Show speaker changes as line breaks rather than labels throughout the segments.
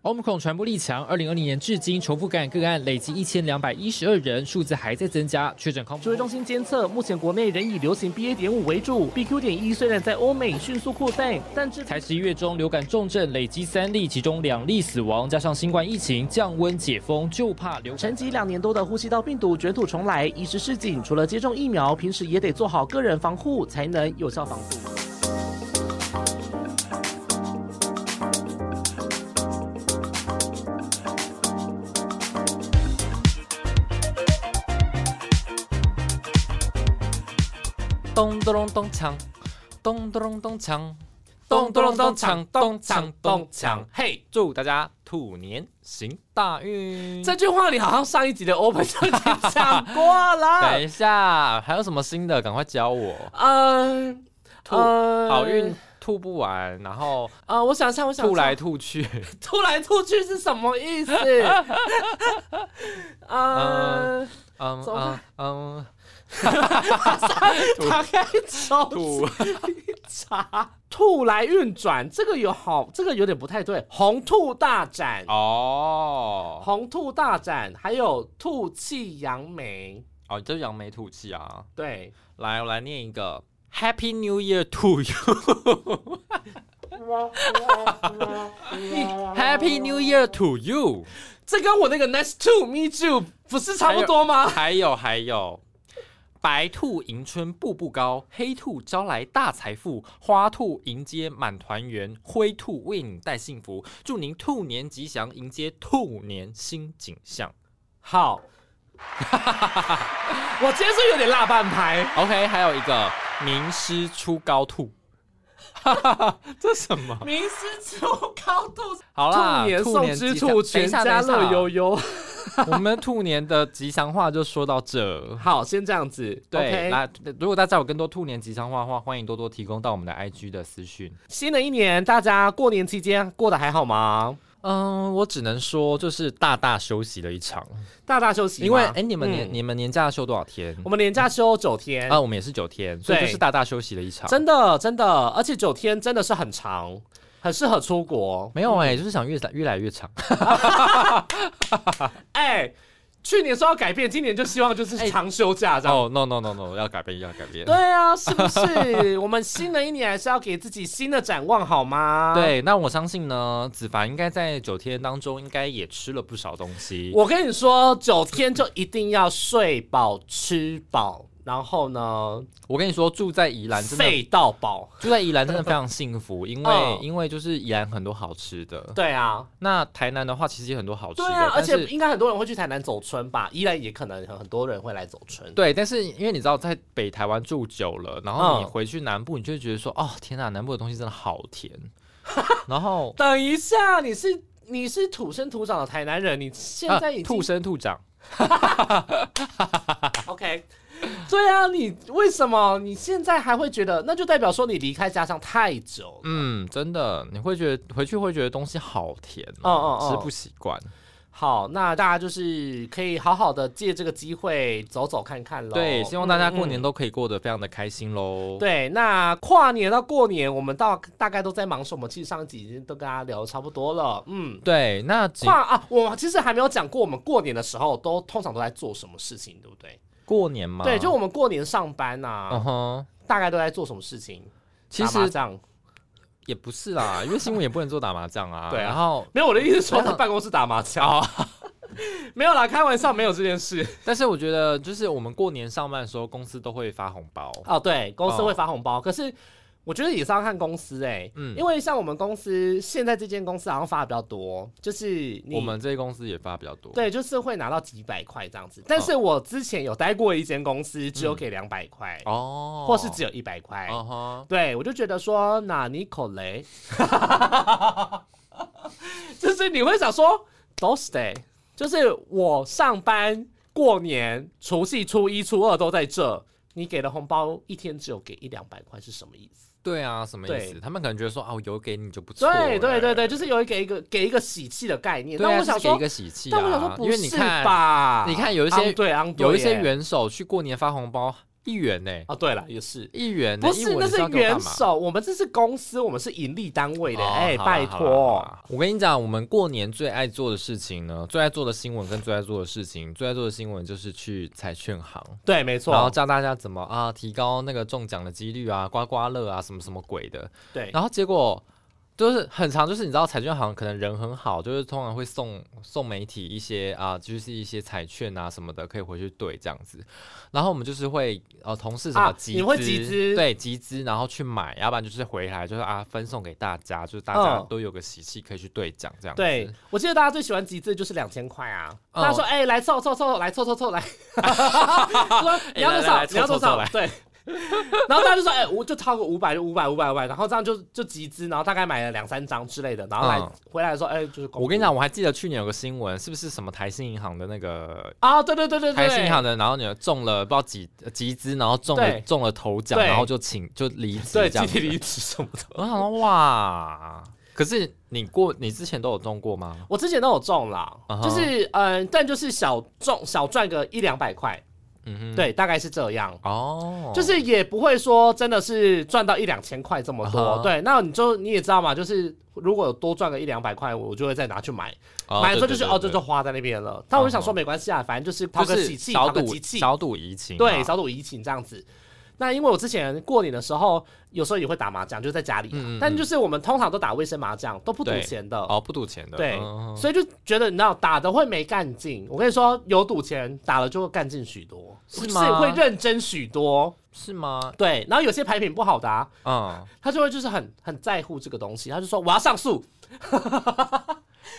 Omicron 传播力强，二零二零年至今重复感染个案累计一千两百一十二人，数字还在增加。确诊康
指挥中心监测，目前国内仍以流行 BA. 点五为主，BQ. 点一虽然在欧美迅速扩散，但至
才十一月中流感重症累积三例，其中两例死亡，加上新冠疫情降温解封，就怕流
沉寂两年多的呼吸道病毒卷土重来，医师示警，除了接种疫苗，平时也得做好个人防护，才能有效防护。
咚咚咚咚锵，咚咚咚咚锵，咚咚咚咚锵，咚锵咚锵，嘿！祝大家兔年行大运！
这句话你好像上一集的 open 就已经
啊
讲过 了
等。一下，还有什么新的？赶快教我。
嗯，
兔
呃
好运吐不完，然后
呃，我想一下，我想一
吐
下
来吐去，
吐来吐去是什么意思？呃，
嗯
走
嗯
吧
嗯，
打开手
吐
查，兔来运转，这个有好，这个有点不太对。红兔大展，
哦
红兔大展，还有吐气扬眉，
哦，这扬眉吐气啊！
对，
来，我来念一个 Happy New Year to you。Happy New Year to you！
这跟我那个 nice to meet you 不是差不多吗？
还有还有，白兔迎春步步高，黑兔招来大财富，花兔迎接满团圆，灰兔为你带幸福。祝您兔年吉祥，迎接兔年新景象。
好，我今天是有点辣半拍，
OK，还有一个名师出高兔， 这什么？
名师出高度，
好啦，
兔
吉
年送之
祥
兔，全家乐悠。悠。
等一下等一下我们兔年的吉祥话就说到这。
好，先这样子，
对
OK
来，如果大家有更多兔年吉祥话的话，欢迎多多提供到我们的 IG 的私讯。
新的一年，大家过年期间过得还好吗？
嗯，我只能说就是大大休息了一场，
大大休息吗，
因为哎、你们年、
嗯
你们年假休多少天？
我们年假休九天，
啊，我们也是九天，所以就
对
是大大休息了一场。
真的真的，而且九天真的是很长，很适合出国。
没有哎、就是想越来越来越长。
哎、去年说要改变，今年就希望就是长休假这样。
哎哦、no no no no，要改变要改变。
对啊，是不是？我们新的一年还是要给自己新的展望，好吗？。
对，那我相信呢，子凡应该在九天当中应该也吃了不少东西。
我跟你说，九天就一定要睡饱、吃饱，然后呢，
我跟你说，住在宜兰真的
睡到饱。
住在宜兰真的非常幸福，因为、
嗯
因为就是宜兰很多好吃的。
对啊，
那台南的话，其实也很多好吃
对
的，
啊，而
但是
且应该很多人会去台南走春吧？依然也可能很多人会来走春。
对，但是因为你知道，在北台湾住久了，然后你
嗯
回去南部，你就会觉得说，哦，天呐，南部的东西真的好 甜。然后
等一下，你是你是土生土长的台南人，你现在已经、
啊兔生兔长，
OK。对啊，你为什么你现在还会觉得？那就代表说你离开家乡太久了。
嗯，真的，你会觉得回去会觉得东西好甜、哦
哦，哦哦
吃不习惯。
好，那大家就是可以好好的借这个机会走走看看喽。
对，希望大家过
嗯
年
嗯
都可以过得非常的开心喽。
对，那跨年到过年，我们到大概都在忙什么？其实上一集已经都跟大家聊得差不多了。嗯，
对，那仅
跨啊，我其实还没有讲过，我们过年的时候都通常都在做什么事情，对不对？
过年嘛，
对，就我们过年上班呐、啊，
嗯哼，
大概都在做什么事情？
其
打麻
实
将
也不是啦，因为新闻也不能做打麻将啊。
对啊
然后
没有我的意思是说在办公室打麻将， 没有啦，开玩笑，没有这件事。
但是我觉得，就是我们过年上班的时候，公司都会发红包。
哦，对，公司
哦
会发红包，可是我觉得也是要看公司哎、
嗯
因为像我们公司现在这间公司好像发的比较多，就是你
我们这些公司也发比较多。
对，就是会拿到几百块这样子。但是我之前有待过一间公司，只有给两百块，
哦，
或是只有一百块。
嗯哼，
对，我就觉得说，那你口雷， 就是你会想说，都是的，就是我上班、过年、除夕、初一、初二都在这，你给的红包一天只有给一两百块是什么意思？
对啊，什么意思？
对
他们可能觉得说啊，我有给你就不错哎了。
对对对对，就是有一给一个给一个喜气的概念。
对啊，
那我想
就是给
说
一，个喜气啊，
但我想说，
因
不
为你
是
看，
吧？
你看有一些
昂对昂对
有一些
耶
元首去过年发红包，一元呢、
哦，对了，也是。
一元呢、
不
一
是，
文
那
你
是
要给我
元
干嘛
首，我们这是公司，我们是盈利单位的，
哦
哎、
好啦好
拜
啦好
托，
啦我跟你讲，我们过年最爱做的事情呢，最爱做的新闻跟最爱做的事情，最爱做的新闻就是去彩券行，
对，没
然后
错，
教大家怎么啊提高那个中奖的几率啊，刮刮乐啊，什么什么鬼的。
对，
然后结果就是很长，就是你知道彩券行可能人很好，就是通常会送送媒体一些啊，就是一些彩券啊什么的，可以回去兑这样子。然后我们就是会呃同事什么
啊
集资，
你会集资
对集资，然后去买，要不然就是回来就是啊分送给大家，就是大家
嗯
都有个喜气可以去兑奖这样子。
对，我记得大家最喜欢集资就是两千块啊。
哦
大家说：“哎、来凑凑凑，来凑 凑凑，来。”说你要多
哎来来
少？
来
你要
凑凑
多
凑
少
来？
对。然后大家就说：“哎、我就超过五百，就五百，五百，五百。”然后这样就就集资，然后大概买了两三张之类的，然后来、
嗯
回来说：“哎、就是公布
我跟你讲，我还记得去年有个新闻，是不是什么台新银行的那个
啊，对对对对对，
台新银行的，然后你中了不知道几集资，然后中了
对
中了头奖，
对
然后就请就离职
对
这
集
样子
体。离职什么 的。”
我想说哇，可是你过你之前都有中过吗？
我之前都有中啦
啊哈
就是嗯、但就是小中小赚个一两百块，
嗯哼，，
对，大概是这样。
哦，
就是也不会说真的是赚到一两千块这么多
啊哈
对，那你就你也知道嘛，就是如果有多赚个一两百块，我就会再拿去买，
哦
买了之后就
对
是
对
哦，
对
这
对
就花在那边了。但我就想说没关系啊，反正就是讨个
就
喜
是
气，
小
讨个
赌
吉气，
小赌怡情嘛，
对，小赌怡情这样子。那因为我之前过年的时候，有时候也会打麻将，就在家里啊、
嗯嗯嗯
但就是我们通常都打卫生麻将，都不赌
对
钱的。
哦不赌钱的，
对
嗯，
所以就觉得你知道打的会没干劲。我跟你说，有赌钱打了就会干劲许多，
是吗
会认真许多。
是吗？
对，然后有些牌品不好的、啊，
嗯，
他就会就是很很在乎这个东西，他就说我要上诉，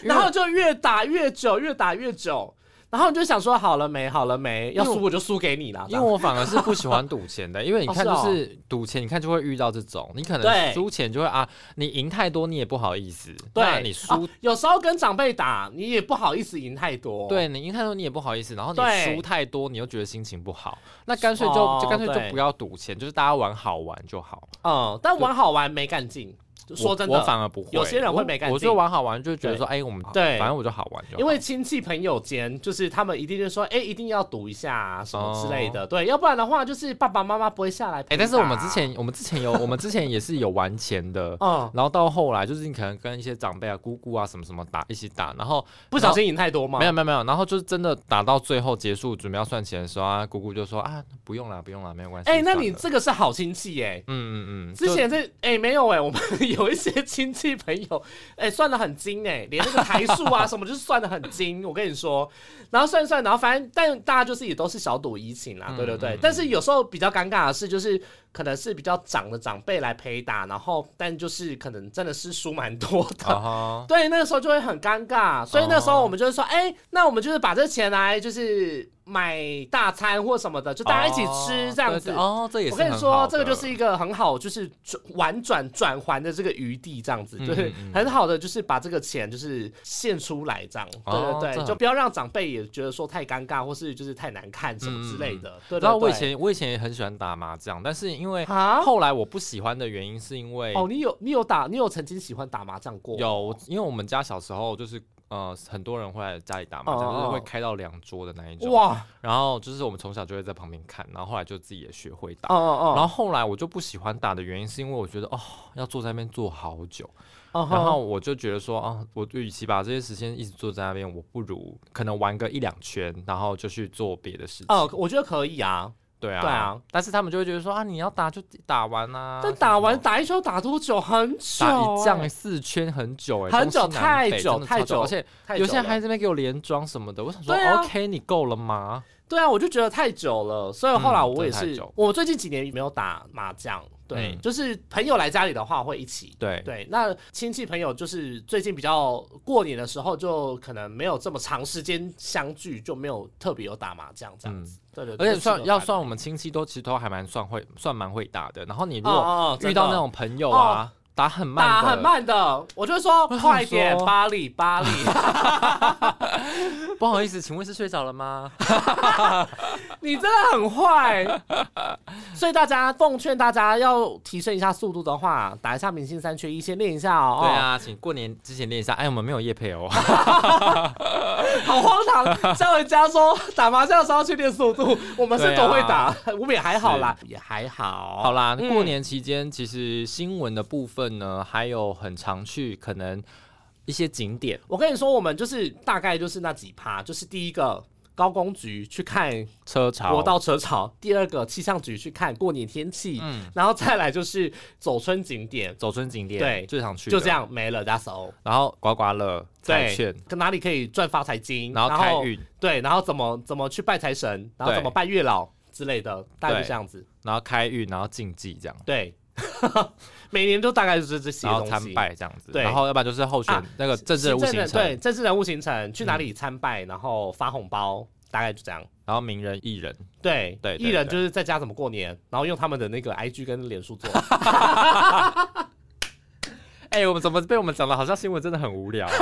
因为
然后就越打越久，越打越久，然后你就想说好了没，好了没，要
因为
输我就输给你啦。
因为我反而是不喜欢赌钱的，因为你看就
哦
是
哦
是赌钱，你看就会遇到这种，你可
对
能输钱就会啊，你赢太多你也不好意思，那
这样对
你输
啊，有时候跟长辈打，你也不好意思赢太多。
对你赢太多你也不好意思，然后你
对
输太多你又觉得心情不好，那干脆
哦
就就干脆
对
就不要赌钱，就是大家玩好玩就好。
嗯，但玩好玩没干劲，就说真的，
我，我反而不会，
有些人会
我
没干
我
劲
就玩好玩，就觉得说，哎，我们
对
反正我就好玩就好。
因为亲戚朋友间，就是他们一定就说，哎、一定要赌一下、啊、什么之类的，对，要不然的话就是爸爸妈妈不会下来。
哦哎，但是我们之，前我们之前有我们之前也是有玩钱的。
嗯，
然后到后来，就是你可能跟一些长辈啊、姑姑啊什么什么打一起打，然后
不小心赢太多吗？
没有没有没有，然后就是真的打到最后结束准备要算钱的时候啊，姑姑就说啊不用啦不用啦，没有关系。
哎、那
算
你
了
这个是好亲戚耶、
嗯嗯嗯，
之前这哎、没有哎、我们 有一些亲戚朋友哎、算的很精哎、连那个台数 啊什么就是算的很精。我跟你说，然后算一算，然后反正但大家就是也都是小赌怡情啦，
嗯
对对对。
嗯
但是有时候比较尴尬的是，就是可能是比较长的长辈来陪打，然后但就是可能真的是输蛮多的。
就啊哈
对，那个时候就会很尴尬，所以那时候
哦
我们就是说，哎、那我们就是把这钱来就是买大餐或什么的，就大家一起吃这样子。
哦对对哦，这也是
我跟你
很
说
好，
这个就
的
是一个很好，就是转婉转转环的这个余地，这样子，
嗯
对，
嗯嗯
很好的，就是把这个钱就是献出来，这样，
哦这
对对对，
很
就不要让长辈也觉得说太尴尬，或是就是太难看什么之类的。对对
然后我以
对
前我以前也很喜欢打麻将，但是因为
啊，
后来我不喜欢的原因是因为
哦，你有你有打，你有曾经喜欢打麻将过？
有，因为我们家小时候就是呃很多人会来家里打麻
哦哦
将，
哦
就是会开到两桌的那一种。
哇，
然后就是我们从小就会在旁边看，然后后来就自己也学会打
哦。哦
然后后来我就不喜欢打的原因是因为我觉得哦要坐在那边坐好久，
哦，哦
然后我就觉得说啊，我与其把这些时间一直坐在那边，我不如可能玩个一两圈，然后就去做别的事情。
哦，我觉得可以啊，
对啊，
对啊，
但是他们就会觉得说啊，你要打就打完啊，
但打
什
完
么
打一球打多久？很久、
打一仗
欸
四圈很久哎、
很久
东西南北
太久
真的
太
超
久
而且
太久
有
了
些人还在那边给我连装什么的，我想说、
对啊
OK 你够了吗？
对啊，我就觉得太久了，所以后来
嗯
我也
真的
是，
太久
我最近几年没有打麻将，对，
嗯
就是朋友来家里的话会一起。
对
对，那亲戚朋友就是最近比较过年的时候，就可能没有这么长时间相聚，就没有特别有打麻将这样子。对对对，
嗯而
就
且
是有
算要
打
算我们亲戚都其实都还蛮算会算蛮会打的，然后你如
哦
果
哦哦真
遇到
的
那种朋友啊、打很慢
打
的
很，慢的，我就说
想
快点，
说
巴黎巴黎，
不好意思，请问是睡着了吗？
你真的很坏。所以大家奉劝大家要提升一下速度的话，打一下明星三
啊
缺一，先练一下哦。哦
对啊，请过年之前练一下。哎，我们没有夜配哦。
好荒唐！ 叫人家说打麻将的时候要去练速度，我们是
对啊
都会打，我们也还好啦，也还好。
好啦，
嗯
过年期间其实新闻的部分呢，还有很常去可能一些景点，
我跟你说，我们就是大概就是那几趴，就是第一个高工局去看
车潮、
国道车潮，第二个气象局去看过年天气，
嗯
然后再来就是走春景点，
走村景点，
对
最常去
就这
样。
样没了，That's all。
然后刮刮乐、彩
对
券，，
跟哪里可以赚发财金，
然后开运，
对，然后怎么怎么去拜财神，然后
对
怎么拜月老之类的，大概就
对
这样子。
然后开运，然后竞技这样，
对， 每年都大概就是这些
然后
东
参
西。
拜这样子。
对
然后要不然就是候选
啊
那个政治人物
行
行
人
程，嗯
对政治人物行程去哪里参拜，然后发红包，大概就这样。
然后名人艺人，
对
对对
艺人
对
就是在家怎么过年，然后用他们的那个 IG 跟脸 书做。
哎、我们怎么被我们讲的好像新闻真的很无聊啊？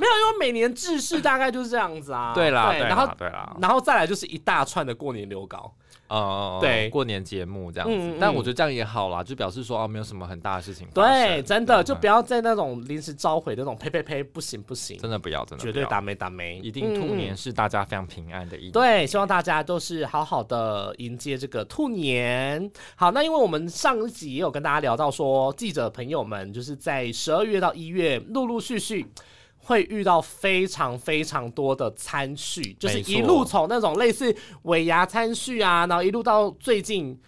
没有，因为每年制式大概就是这样子 啊。
对啦，
对，
啦
然后
对啦，
然后再来就是一大串的过年流稿。
哦，
对
过年节目这样子，
嗯嗯
但我觉得这样也好啦，就表示说哦，没有什么很大的事情发生。
对，真的就
嗯
不要在那种临时召回的那种呸呸呸，不行不行，
真的不要，真的
绝
不
对
要
打没打没，
一定兔
嗯嗯
年是大家非常平安的一年。
对，希望大家都是好好的迎接这个兔年。好，那因为我们上一集也有跟大家聊到说，记者朋友们就是在十二月到一月，陆陆续续。会遇到非常非常多的餐序，就是
没错
一路从那种类似尾牙餐序啊，然后一路到最近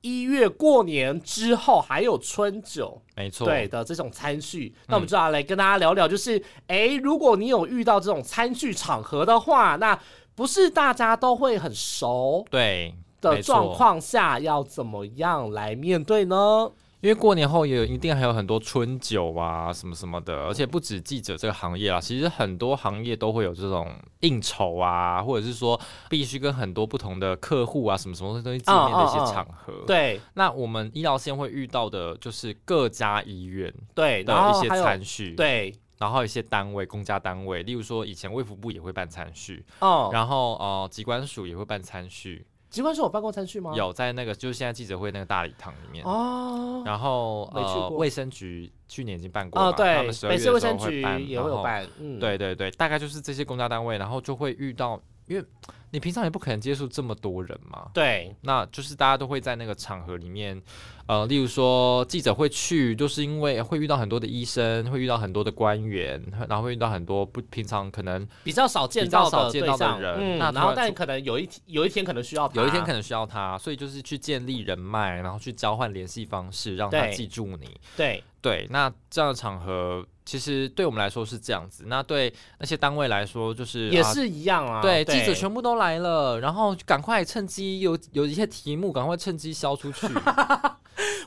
一月过年之后，还有春酒，
没错，
对的这种餐序，那我
嗯
们就要来跟大家聊聊，就是诶，如果你有遇到这种餐序场合的话，那不是大家都会很熟
对
的
没错
状况下，要怎么样来面对呢？
因为过年后也有一定还有很多春酒啊什么什么的，而且不止记者这个行业啦，其实很多行业都会有这种应酬啊，或者是说必须跟很多不同的客户啊什么什么东西见面的一些
嗯嗯嗯
场合。
对
那我们医疗线会遇到的就是各家医院
对，然
的
后
一些
哦还有
餐序，，
对，
然后一些单位公家单位，例如说以前卫福部也会办餐序，
嗯，
然后呃机关署也会办餐序，
机关是有办过餐序吗？
有在那个就是现在记者会那个大礼堂里面。
哦，
然后
没去
呃，
过
卫生局去年已经办过
哦
嘛，
对
啊他们，十二
北
月
市
的
卫
时候
生
会
局
办，
也会
然
有
后。
办，嗯，
对对对，大概就是这些公家单位，然后就会遇到，因为你平常也不可能接触这么多人嘛，
对
那就是大家都会在那个场合里面，呃，例如说记者会去，就是因为会遇到很多的医生，会遇到很多的官员，然后会遇到很多不平常可能
比较少见
比较
到
少
的
见
对
到的
象
人
嗯
那
然后
突然
但
出
可能有一天有一天可能需要他，
有一天可能需要他，所以就是去建立人脉，然后去交换联系方式，让他
对
记住你。
对
对，那这样的场合其实对我们来说是这样子，那对那些单位来说就是
也
啊
是一样啊，
对，记者全部都来了，然后赶快趁机有有一些题目，赶快趁机消出 去。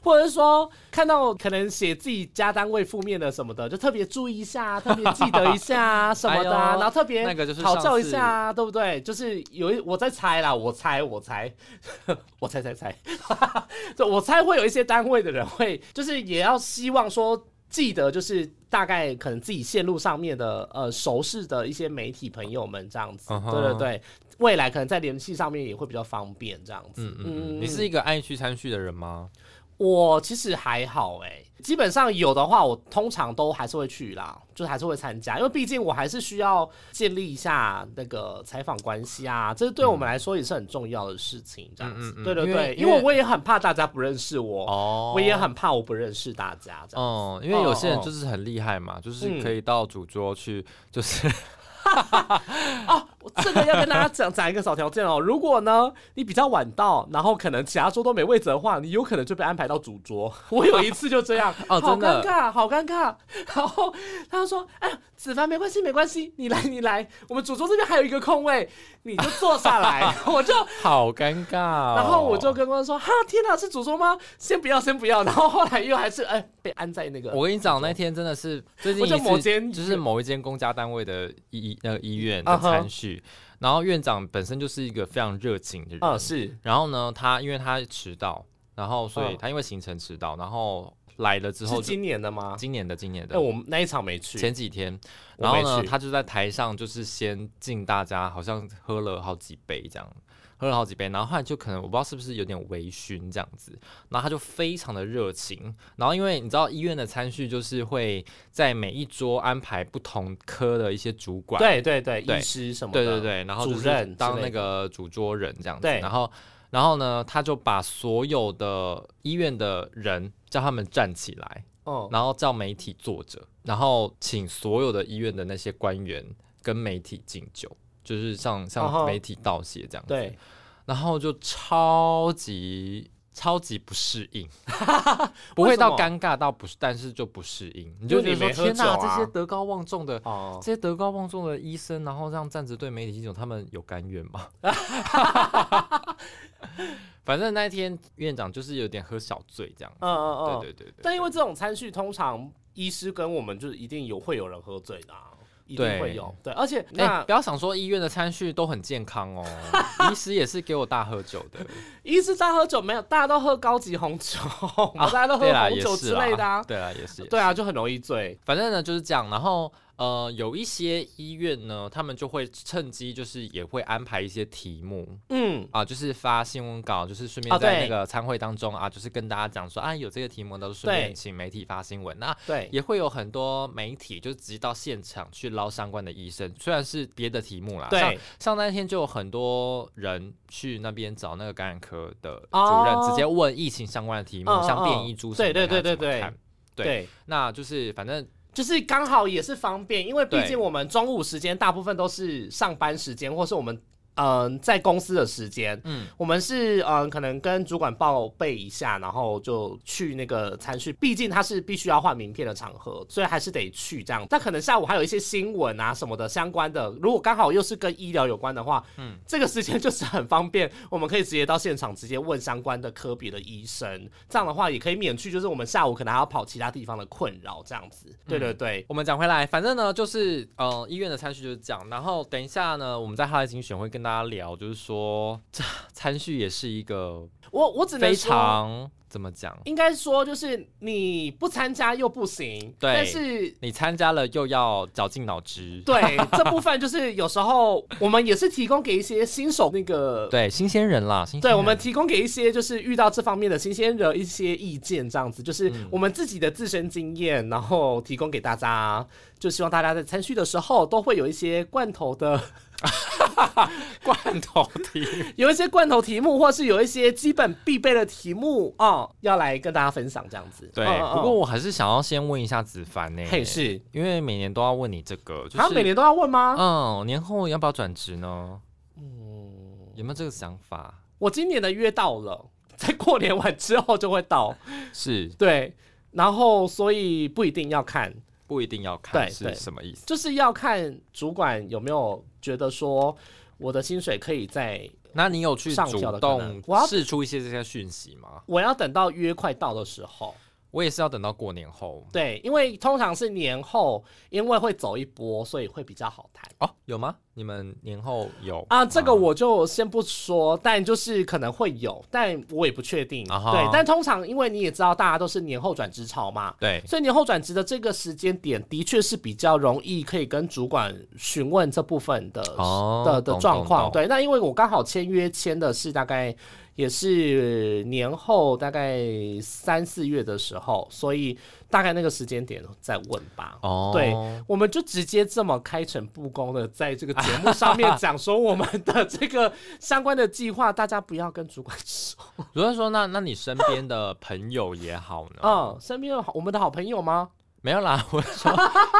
或者是说看到可能写自己家单位负面的什么的，就特别注意一下，特别记得一下啊什么的啊、
哎呦
然后特别
那个就是
讨
上
教一
次
下啊，对不对？就是有一我在猜啦，我猜我猜 我猜猜猜， 就我猜会有一些单位的人会，就是也要希望说记得就是。大概可能自己线路上面的呃熟识的一些媒体朋友们这样子
嗯哼
对对对，未来可能在联系上面也会比较方便这样子。
嗯嗯嗯，你是一个爱去参序的人吗？
我其实还好哎、基本上有的话，我通常都还是会去啦，就是还是会参加，因为毕竟我还是需要建立一下那个采访关系啊，这是对我们来说也是很重要的事情，这样
嗯
子。
嗯嗯
对对
因为
对，
因
因
为
为我也很怕大家不认识我，
哦
我也。很怕我不认识大家，这样。
嗯，因为有些人就是很厉害嘛，就是可以到主桌去，就是
我这个要跟大家讲讲一个小条件哦，如果呢你比较晚到，然后可能其他桌都没位置的话，你有可能就被安排到主桌。我有一次就这样，
哦
好
真的
尴尬，好尴尬。然后他就说：“哎呀，子凡没关系，没关系，你来，你来，我们主桌这边还有一个空位，你就坐 下来。”我就。
好尴尬哦、
然后我就跟观众说：“哈，天哪，是主桌吗？先不要，先不要。”然后后来又还是哎、被安在那个，
我跟你讲，那天真的是最近
我就
一次
某间
就是某一间公家单位的医那个医院
啊
的
哈
参序，然后院长本身就是一个非常热情的人，
嗯是
然后呢，他因为他迟到，然后所以
嗯
他因为行程迟到，然后来了之后
是
就
今年的吗？
今年的今年的
哎，我们那一场没去，
前几天，
我
然后
没
呢，
去
他就在台上就是先敬大家，好像喝了好几杯这样，喝了好几杯，然后后来就可能我不知道是不是有点微醺这样子，然后他就非常的热情，然后因为你知道医院的餐叙就是会在每一桌安排不同科的一些主管，
对对对，
对
医师什么的，
对对对，然后就
主
是
任
当
之
那
类的
个主桌人这样子，
对
然后然后呢，他就把所有的医院的人叫他们站起来，
嗯，
然后叫媒体坐着，然后请所有的医院的那些官员跟媒体敬酒，就是向
嗯哼
向媒体道谢这样子，
对，
然后就超级。超级不适 应，不会到
为什
尴尬到不，但是就不适应，你就
因为
觉得
你
说
没喝
天哪，
酒
这
啊
些德高望重的
哦，
这些德高望重的医生，然后让站着队媒体记者，他们有甘愿 吗？反正那一天院长就是有点喝小醉这样。
嗯嗯嗯，
对对对对，
但因为这种餐叙，通常医师跟我们就是一定有会有人喝醉的、啊，一定
对
会有。对，而且
哎、
那、
不要想说医院的餐序都很健康 哦，医师也是给我大喝酒的，
医师在喝酒没有，大家都喝高级红酒，大家 都喝
啊对啦，
红
也
酒
是
之
啦
类的 啊。
对啦，也是，也
对啊，就很容易醉。
反正呢就是这样，然后呃，有一些医院呢，他们就会趁机就是也会安排一些题目，
嗯，
啊，就是发新闻稿，就是顺
哦
便在
对
那个参会当中啊，就是跟大家讲说啊，有这个题目，到时候顺
对
便请媒体发新闻。那
对，
也会有很多媒体就是直接到现场去捞相关的医生，虽然是别的题目啦。
对
像像那天就有很多人去那边找那个感染科的主任，
哦
直接问疫情相关的题目，
嗯嗯
像变
嗯
异株什
对
么的，
对对
看怎么
对
看对
对，
那就是反正
就是刚好也是方便，因为毕
对
竟我们中午时间大部分都是上班时间，或是我们嗯、在公司的时间。
嗯，
我们是嗯、可能跟主管报备一下，然后就去那个餐叙。毕竟他是必须要换名片的场合，所以还是得去这样。但可能下午还有一些新闻啊什么的相关的，如果刚好又是跟医疗有关的话，嗯，这个时间就是很方便，我们可以直接到现场直接问相关的科别的医生。这样的话也可以免去就是我们下午可能还要跑其他地方的困扰，这样子。
嗯
对对对，
我们讲回来，反正呢，就是呃，医院的餐序就是这样。然后等一下呢，我们在哈莱精选会跟大家聊，就是说这餐序也是一个
我我只能
非
说
常怎么讲，
应该说就是你不参加又不行，
对
但是
你参加了又要绞尽脑汁，
对这部分，就是有时候我们也是提供给一些新手那个，
对新鲜人啦，新鲜
对
人
我们提供给一些就是遇到这方面的新鲜人一些意见，这样子就是
嗯
我们自己的自身经验，然后提供给大家，就希望大家在参序的时候都会有一些罐头的，
罐头题
有一些罐头题目，或是有一些基本必备的题目哦，要来跟大家分享这样子。
对，
嗯嗯
不过我还是想要先问一下子凡呢、
嗯嘿是，
因为每年都要问你这个，就
好
是
像每年都要问吗？
嗯，年后要不要转职呢？
嗯
有没有这个想法？
我今年的约到了， 在过年完之后就会到。
是
对，然后所以不一定要看，
不一定要看
对
是
对
什么意思？
就是要看主管有没有觉得说我的薪水可以在
那你有去
上
主
跳的可能
动
我要
试出一些这些讯息吗？
我要等到约快到的时候。
我也是要等到过年后
对，因为通常是年后，因为会走一波，所以会比较好谈。
哦，有吗？你们年后有
啊，这
吗
个我就先不说，但就是可能会有，但我也不确定。
啊哈
对，但通常因为你也知道，大家都是年后转职潮嘛，
对
所以年后转职的这个时间点，的确是比较容易可以跟主管询问这部分的、
哦
的的
懂
状况。
懂懂
对，那因为我刚好签约签的是大概也是年后大概三四月的时候，所以大概那个时间点再问吧。
哦，
对，我们就直接这么开诚布公的在这个节目上面讲说我们的这个相关的计划，大家不要跟主管 说。
如果说那那你身边的朋友也好呢？
嗯，身边有好我们的好朋友吗？
没有 啦，我说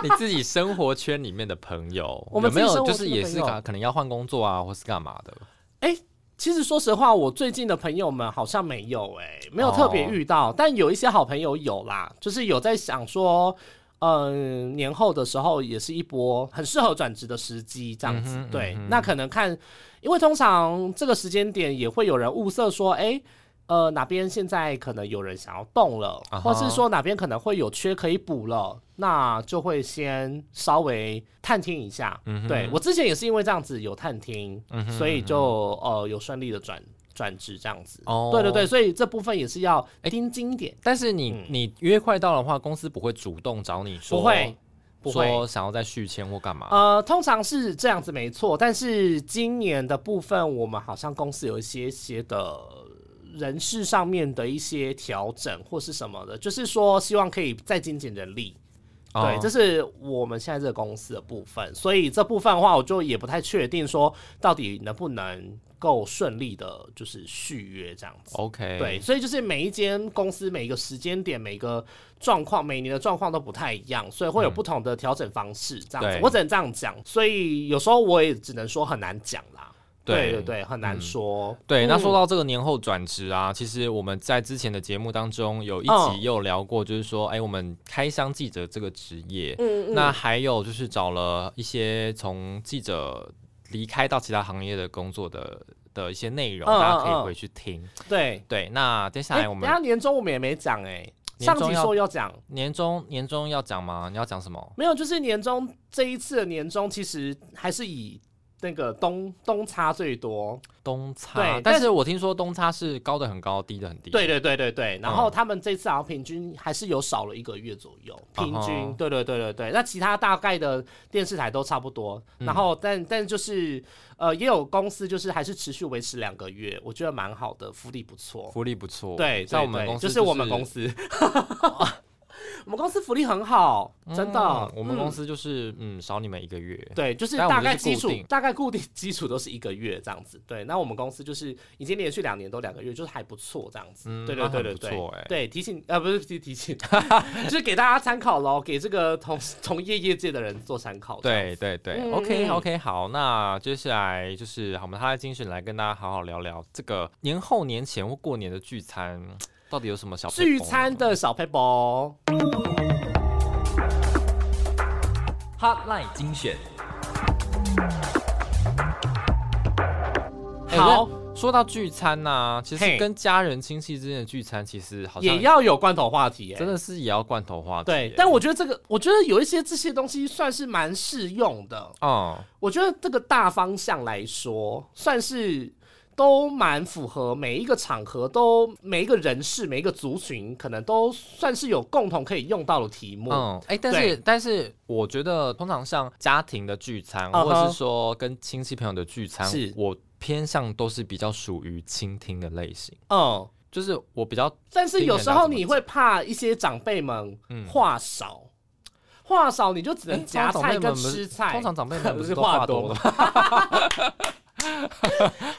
你自己生活圈里面的朋友，
我们
有没
自己
有
生活
就是
圈的
也
朋
是
友
可可能要换工作啊，或是干嘛的？
哎、其实说实话，我最近的朋友们好像没有哎、没有特别遇
哦
到，但有一些好朋友有啦，就是有在想说，嗯，年后的时候也是一波很适合转职的时机，这样子。
嗯哼
对，
嗯哼
那可能看，因为通常这个时间点也会有人物色说，哎、呃，哪边现在可能有人想要动了
啊哈
或是说哪边可能会有缺可以补了，那就会先稍微探听一下。
嗯哼
对我之前也是因为这样子有探听，
嗯哼
所以就呃有顺利的转转职这样子。
哦
对对对，所以这部分也是要盯紧一点，
但是你、
嗯
你约快到的话，公司不会主动找你说，
不会。不会
说想要再续签或干嘛？
呃，通常是这样子没错，但是今年的部分，我们好像公司有一些些的人事上面的一些调整或是什么的，就是说希望可以再精简人力。对，这
是
是我们现在这个公司的部分，所以这部分的话，我就也不太确定说到底能不能够顺利的，就是续约这样子。
OK，
对，，所以就是每一间公司、每一个时间点、每个状况、每年的状况都不太一样，所以会有不同的调整方式。这样子，
嗯对
我只能这样讲。所以有时候我也只能说很难讲啦。
对
对对对，很难说。
对，
嗯
那说到这个年后转职啊，其实我们在之前的节目当中有一
嗯
集又聊过，就是说，哎、我们开箱记者这个职业，
嗯
那还有就是找了一些从记者离开到其他行业的工作的的一些内容，
嗯
大家可
嗯嗯
以回去听。
对。
对，那接下
哎，
来我
等
们
下年终我们也没讲哎，
年
上
终
集
要
说要讲，
年终年终要讲吗？你要讲什么？
没有，就是年终这一次的年终其实还是以那个东东差最多。
东差，
对但
但
是
是我听说东差是高的很高，低的很低。
对，对对对对，然
嗯
后他们这次好像平均还是有少了一个月左右，平
啊
均
哈，
对对对对对。那其他大概的电视台都差不多，然
嗯
后但但就是呃，也有公司就是还是持续维持两个月，我觉得蛮好的，福利不错。
福利不错。
对，
在
对
我们
对
公司
就是我们公司， 我们公司福利很好，真的
嗯。我们
嗯
公司就是嗯少你们一个月。
对，就是
但我
大
们
概
就是固
基础
定
大概固定基础都是一个月这样子。对，那我们公司就是已经连续两年都两个月，就是还不错这样子。
嗯
对对
那
对
很
对
不
对，
错欸
对提醒呃不是提提醒， 就是给大家参考咯，给这个同同业业界的人做参考。这样
对对对、
嗯
o
嗯
k OK，好，那接下来就是好我们他的精神来跟大家好好聊聊这个年后年前或过年的聚餐到底有什么小
聚
paper 呢
餐的小 paper，
Hotline 精选。
好
好，说到聚餐呐、其实
嘿
跟家人亲戚之间的聚餐，其实好像
也要有罐头话题、欸，
真的是也要罐头话题。
对。但我觉得这个，我觉得有一些这些东西算是蛮适用的。
哦，
我觉得这个大方向来说，算是都蛮符合每一个场合，都每一个人士、每一个族群，可能都算是有共同可以用到的题目。
嗯，哎、但是但是，我觉得通常像家庭的聚餐，
嗯哼
或者是说跟亲戚朋友的聚餐，
是
我偏向都是比较属于倾听的类型，
嗯，
就是我比较
但是有时候你会怕一些长辈们
嗯
话少。话少你就只能
哎
夹
通常长辈们
菜跟
不是
吃菜，
通常长辈们
不
不
是
是都
话
话
多
多了
吗
吗？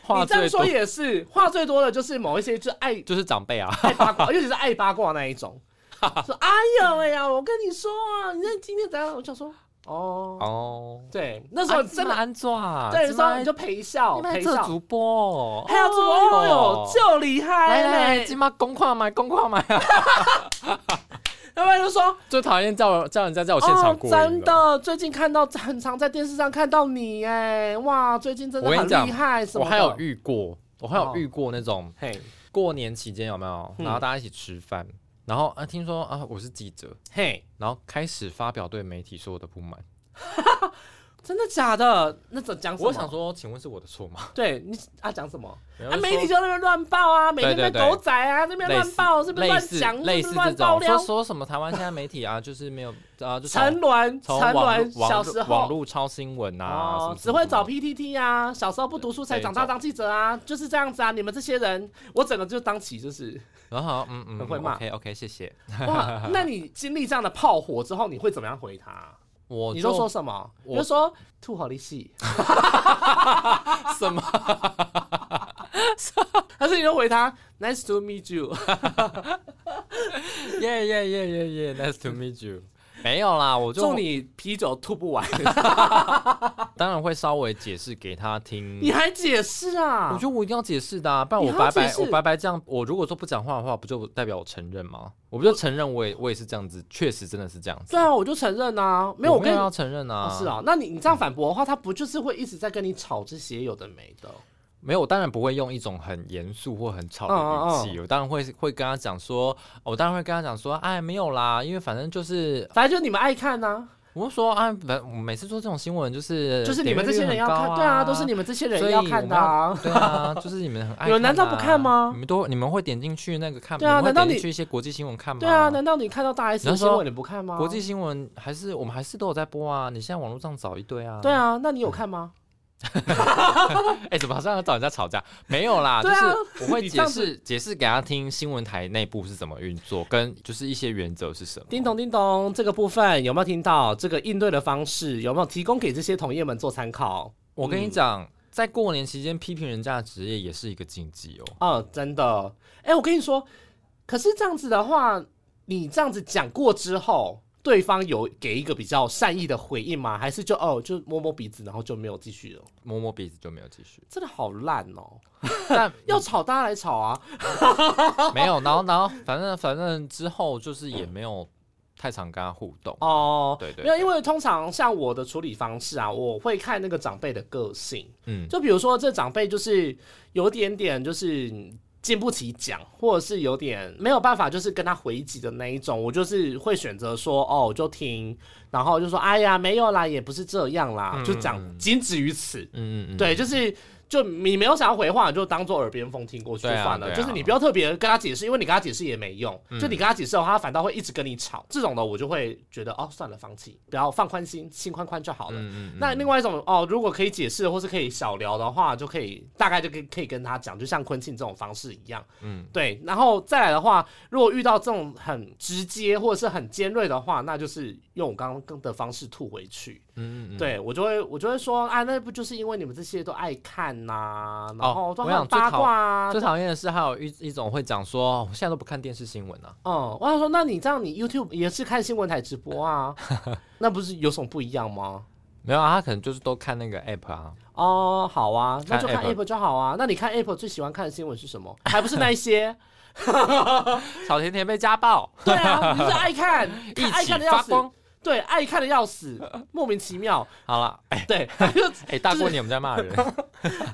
话
你这样
最
说
多
也是，话最多的就是某一些就爱
就是长辈啊，
爱八卦，尤其 是爱八卦那一 种。说哎呦喂呀，我跟你说啊，你那今天怎样？我想说哦，
哦，
对，那时候真的，
安坐啊，
对，那时
这么
候
安
你就陪笑
你们还
陪
做
笑，哎
主播哦，
还有主播
哦
哟，就厉害
来
嘞，
来来，今妈公跨买公跨买啊，
要不然就说
最讨厌叫叫人家在我现
哦
场，过瘾了
真，的，最近看到很常在电视上看到你哎，哇，最近真的
我跟
很
你讲
厉害什
我
么的？
还有遇过，我还
哦
有遇过那种。
嘿
过年期间有没有？
嗯
然后大家一起吃饭，然后啊，听说啊，我是记者，
嘿，
然后开始发表对媒体说我的不满。
真的假的？那怎讲什么？
我想，说，请问是我的错吗？
对你啊，讲什么？
然
啊，
后就
媒体
说
就在那边乱报啊，每天在那
对
边
对对
狗仔啊，那边
类
乱
似
报，是不是
类
乱
似
讲？
类
是不
似
是
这
乱爆
种
料
说？说什么台湾现在媒体啊，就是没有啊，就从
沉沦，
从
沉
网
沦，
路网
小
路
时候哦
网络抄新闻啊，什么
只会找
屁。
PTT 啊，小时候不读书才
对
长大当记者啊，就是这样子啊。你们这些人，我整个就当 起就是，
然后好嗯嗯，
很会骂
OK OK，谢谢。
哇，那你经历这样的炮火之后，你会怎么样回他？
我
你
就
都说什么？
我
你就说吐好利息，
什 么？
还是你就回他 Nice to meet you？
耶耶耶耶耶，Nice to meet you。没有啦，我就
祝你啤酒吐不 完，
当然会稍微解释给他听。
你还解释啊？
我觉得我一定要解释的、啊，不然
你
我
还
白
要解
白
释
我白白这样，我如果说不讲话的话，不就代表我承认吗？我不就承认我也我也是这样子，确实真的是这样子。
对啊，我就承认啊，没有我
我
跟你
要承认啊，
哦，是，啊，那你你这样反驳的话，他不就是会一直在跟你吵这些有的没的？哦
没有，我当然不会用一种很严肃或很吵的
嗯嗯
语气，我当然会会跟他哦讲说，我当然会跟他讲说，哎，没有啦，因为反正就是
反正就你们爱看呐、
我就说啊，本我每次做这种新闻就是
就是你们这些人要
点阅率
看，
很高
对啊，都是你们这些人要看的啊。
对啊， 就是你们很爱、啊。
有人难道不看吗
你们都你们会点进去那个看？
对
你
啊
们会
难道
点
你
进去一些国际新闻看吗？
对啊，难道你看到大 S
你
的
是说
新闻你不看吗？
国际新闻还是我们还是都有在播啊。你现在网络上找一堆啊。
对，啊，那你有看吗？
哎、怎么好像要找人家吵架？没有啦，就
对啊
是我会
你这
解
样子
释解释给他听新闻台内部是怎么运作，跟就是一些原则是什么。
叮咚叮咚，这个部分有没有听到？这个应对的方式有没有提供给这些同业们做参考？
我跟
嗯
你讲，在过年期间批评人家的职业也是一个禁忌哦。
哦，真的。哎、我跟你说，可是这样子的话，你这样子讲过之后，对方有给一个比较善意的回应吗？还是就哦，就摸摸鼻子，然后就没有继续了？
摸摸鼻子就没有继
，
续
真的好烂 哦！
但
要吵大家来吵啊！
没有，然后然后反正反正之后就是也没有太常跟他互动。
哦，
对对
没有，因为通常像我的处理方式啊，我会看那个长辈的个性。
嗯，
就比如说这长辈就是有点点就是经不起讲，或者是有点没有办法，就是跟他回击的那一种，我就是会选择说哦，我就听，然后就说哎呀没有啦，也不是这样啦，
嗯
就讲仅止于此。
嗯嗯嗯，
对，就是。就你没有想要回话，你就当做耳边风听过去就
对啊
算了。
对啊嗯
就是你不要特别跟他解释，因为你跟他解释也没用。就你跟他解释的话，他反倒会一直跟你吵。这种的我就会觉得哦，算了，放弃，不要放宽心，心宽宽就好了。
嗯，嗯嗯，
那另外一种哦，如果可以解释或是可以小聊的话，就可以大概就可以可以跟他讲，就像昆庆这种方式一样，
嗯
嗯，对。然后再来的话，如果遇到这种很直接或者是很尖锐的话，那就是用我刚刚的方式吐回去。
嗯嗯嗯，
对我就会我就会说啊，那不就是因为你们这些都爱看呐、然后都
哦我想
很
最
八
讨
卦啊。
最讨厌的是还有一一种会讲说，哦我现在都不看电视新闻啊。
嗯，我想说，那你这样，你 YouTube 也是看新闻台直 播啊，那不是有什么不一样吗？
没有啊，他可能就是都看那个 app 啊。
哦，好啊，那
看
就看
Apple
Apple 就好啊。那你看 Apple 最喜欢看的新闻是什 么？还不是那一些？
小甜甜被家暴，
对啊，你就是爱看，
一
看爱
起
看的要
发
死，
光。
对，爱看的 要死，莫名其妙。
好了，哎
对，就
哎，大过年我们在骂人，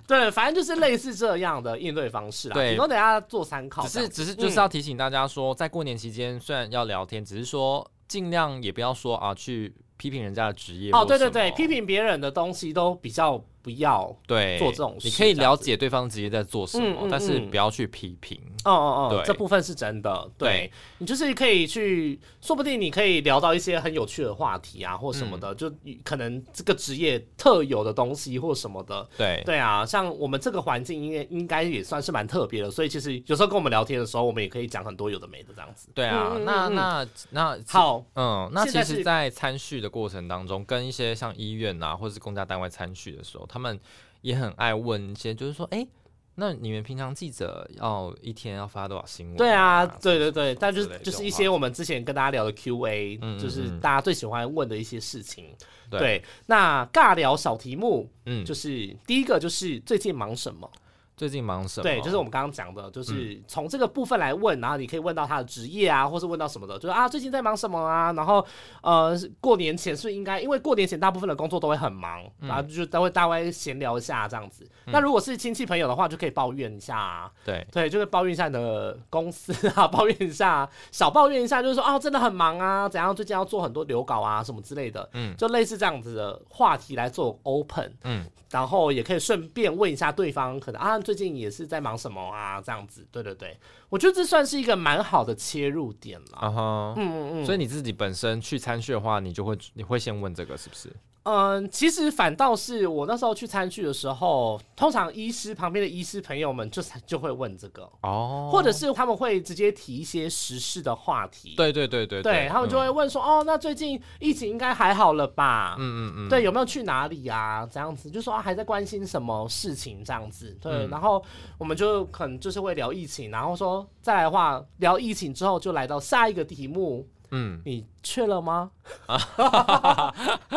对，反正就是类似这样的应对方式啦。
对
提供大家做参考
只
这
是
样。
只是就是要提醒大家说，在过年期间虽然要聊天，只是说尽量也不要说啊去批评人家的职业
哦，
或
对
什么
对对，批评别人的东西都比较不要。哦
对
做这种
你
事
可以
这样
了
子
解对方职业在做什么
嗯，嗯
但是
嗯
不要去批评。
哦哦
对，
这部分是真的。
对
对你就是可以去，说不定你可以聊到一些很有趣的话题啊，或什么
嗯
的，就可能这个职业特有的东西或什么的。
对，
对啊，像我们这个环境应该应该也算是蛮特别的，所以其实有时候跟我们聊天的时候，我们也可以讲很多有的没的这样子。
对啊，
嗯嗯
那
嗯
那那，
好，
嗯，那
现
其
在
实，
是
在参序的过程当中，跟一些像医院啊，或者是公家单位参序的时候，他们也很爱问一些，就是说，哎、那你们平常记者要一天要发多少新闻、
对啊，
对
对对对，但就
之类
是
的
就是一
话
些我们之前跟大家聊的 Q&A，
嗯嗯
就是
嗯
大家最喜欢问的一些事情。，对，那尬聊小题目
嗯，
就
就是
第一个就是最近忙什么？
最近忙什么？哦嗯
对，就是我们刚刚讲的，就是从这个部分来问，然后你可以问到他的职业啊，或是问到什么的，就是啊最近在忙什么啊，然后呃过年前是不是应该，因为过年前大部分的工作都会很忙，然后
嗯
就都会大概闲聊一下这样子。那如果是亲戚朋友的话，就可以抱怨一下、啊。
对，
对，就是抱怨一下你的公司啊， 抱怨一下，少抱怨一下，就是说哦，真的很忙啊，怎样，最近要做很多留稿啊，什么之类的，
嗯
嗯，就类似这样子的话题来做 open，
嗯
嗯，然后也可以顺便问一下对方，可能啊最近也是在忙什么啊，这样子，对对对，我觉得这算是一个蛮好的切入点啦。
啊哈。
嗯嗯嗯，
所以你自己本身去参序的话，你就会你会先问这个是不是？
嗯，其实反倒是我那时候去参剧的时候，通常医师旁边的医师朋友们就就会问这个，
哦，
或者是他们会直接提一些时事的话题，
对对对对嗯
对他们就会问说，哦，那最近疫情应该还好了吧？
嗯嗯嗯，
对，有没有去哪里啊？这样子就说、啊、还在关心什么事情这样子，对。
嗯
然后我们就可能就是会聊疫情，然后说再来的话聊疫情之后，就来到下一个题目，
嗯
你去 了吗？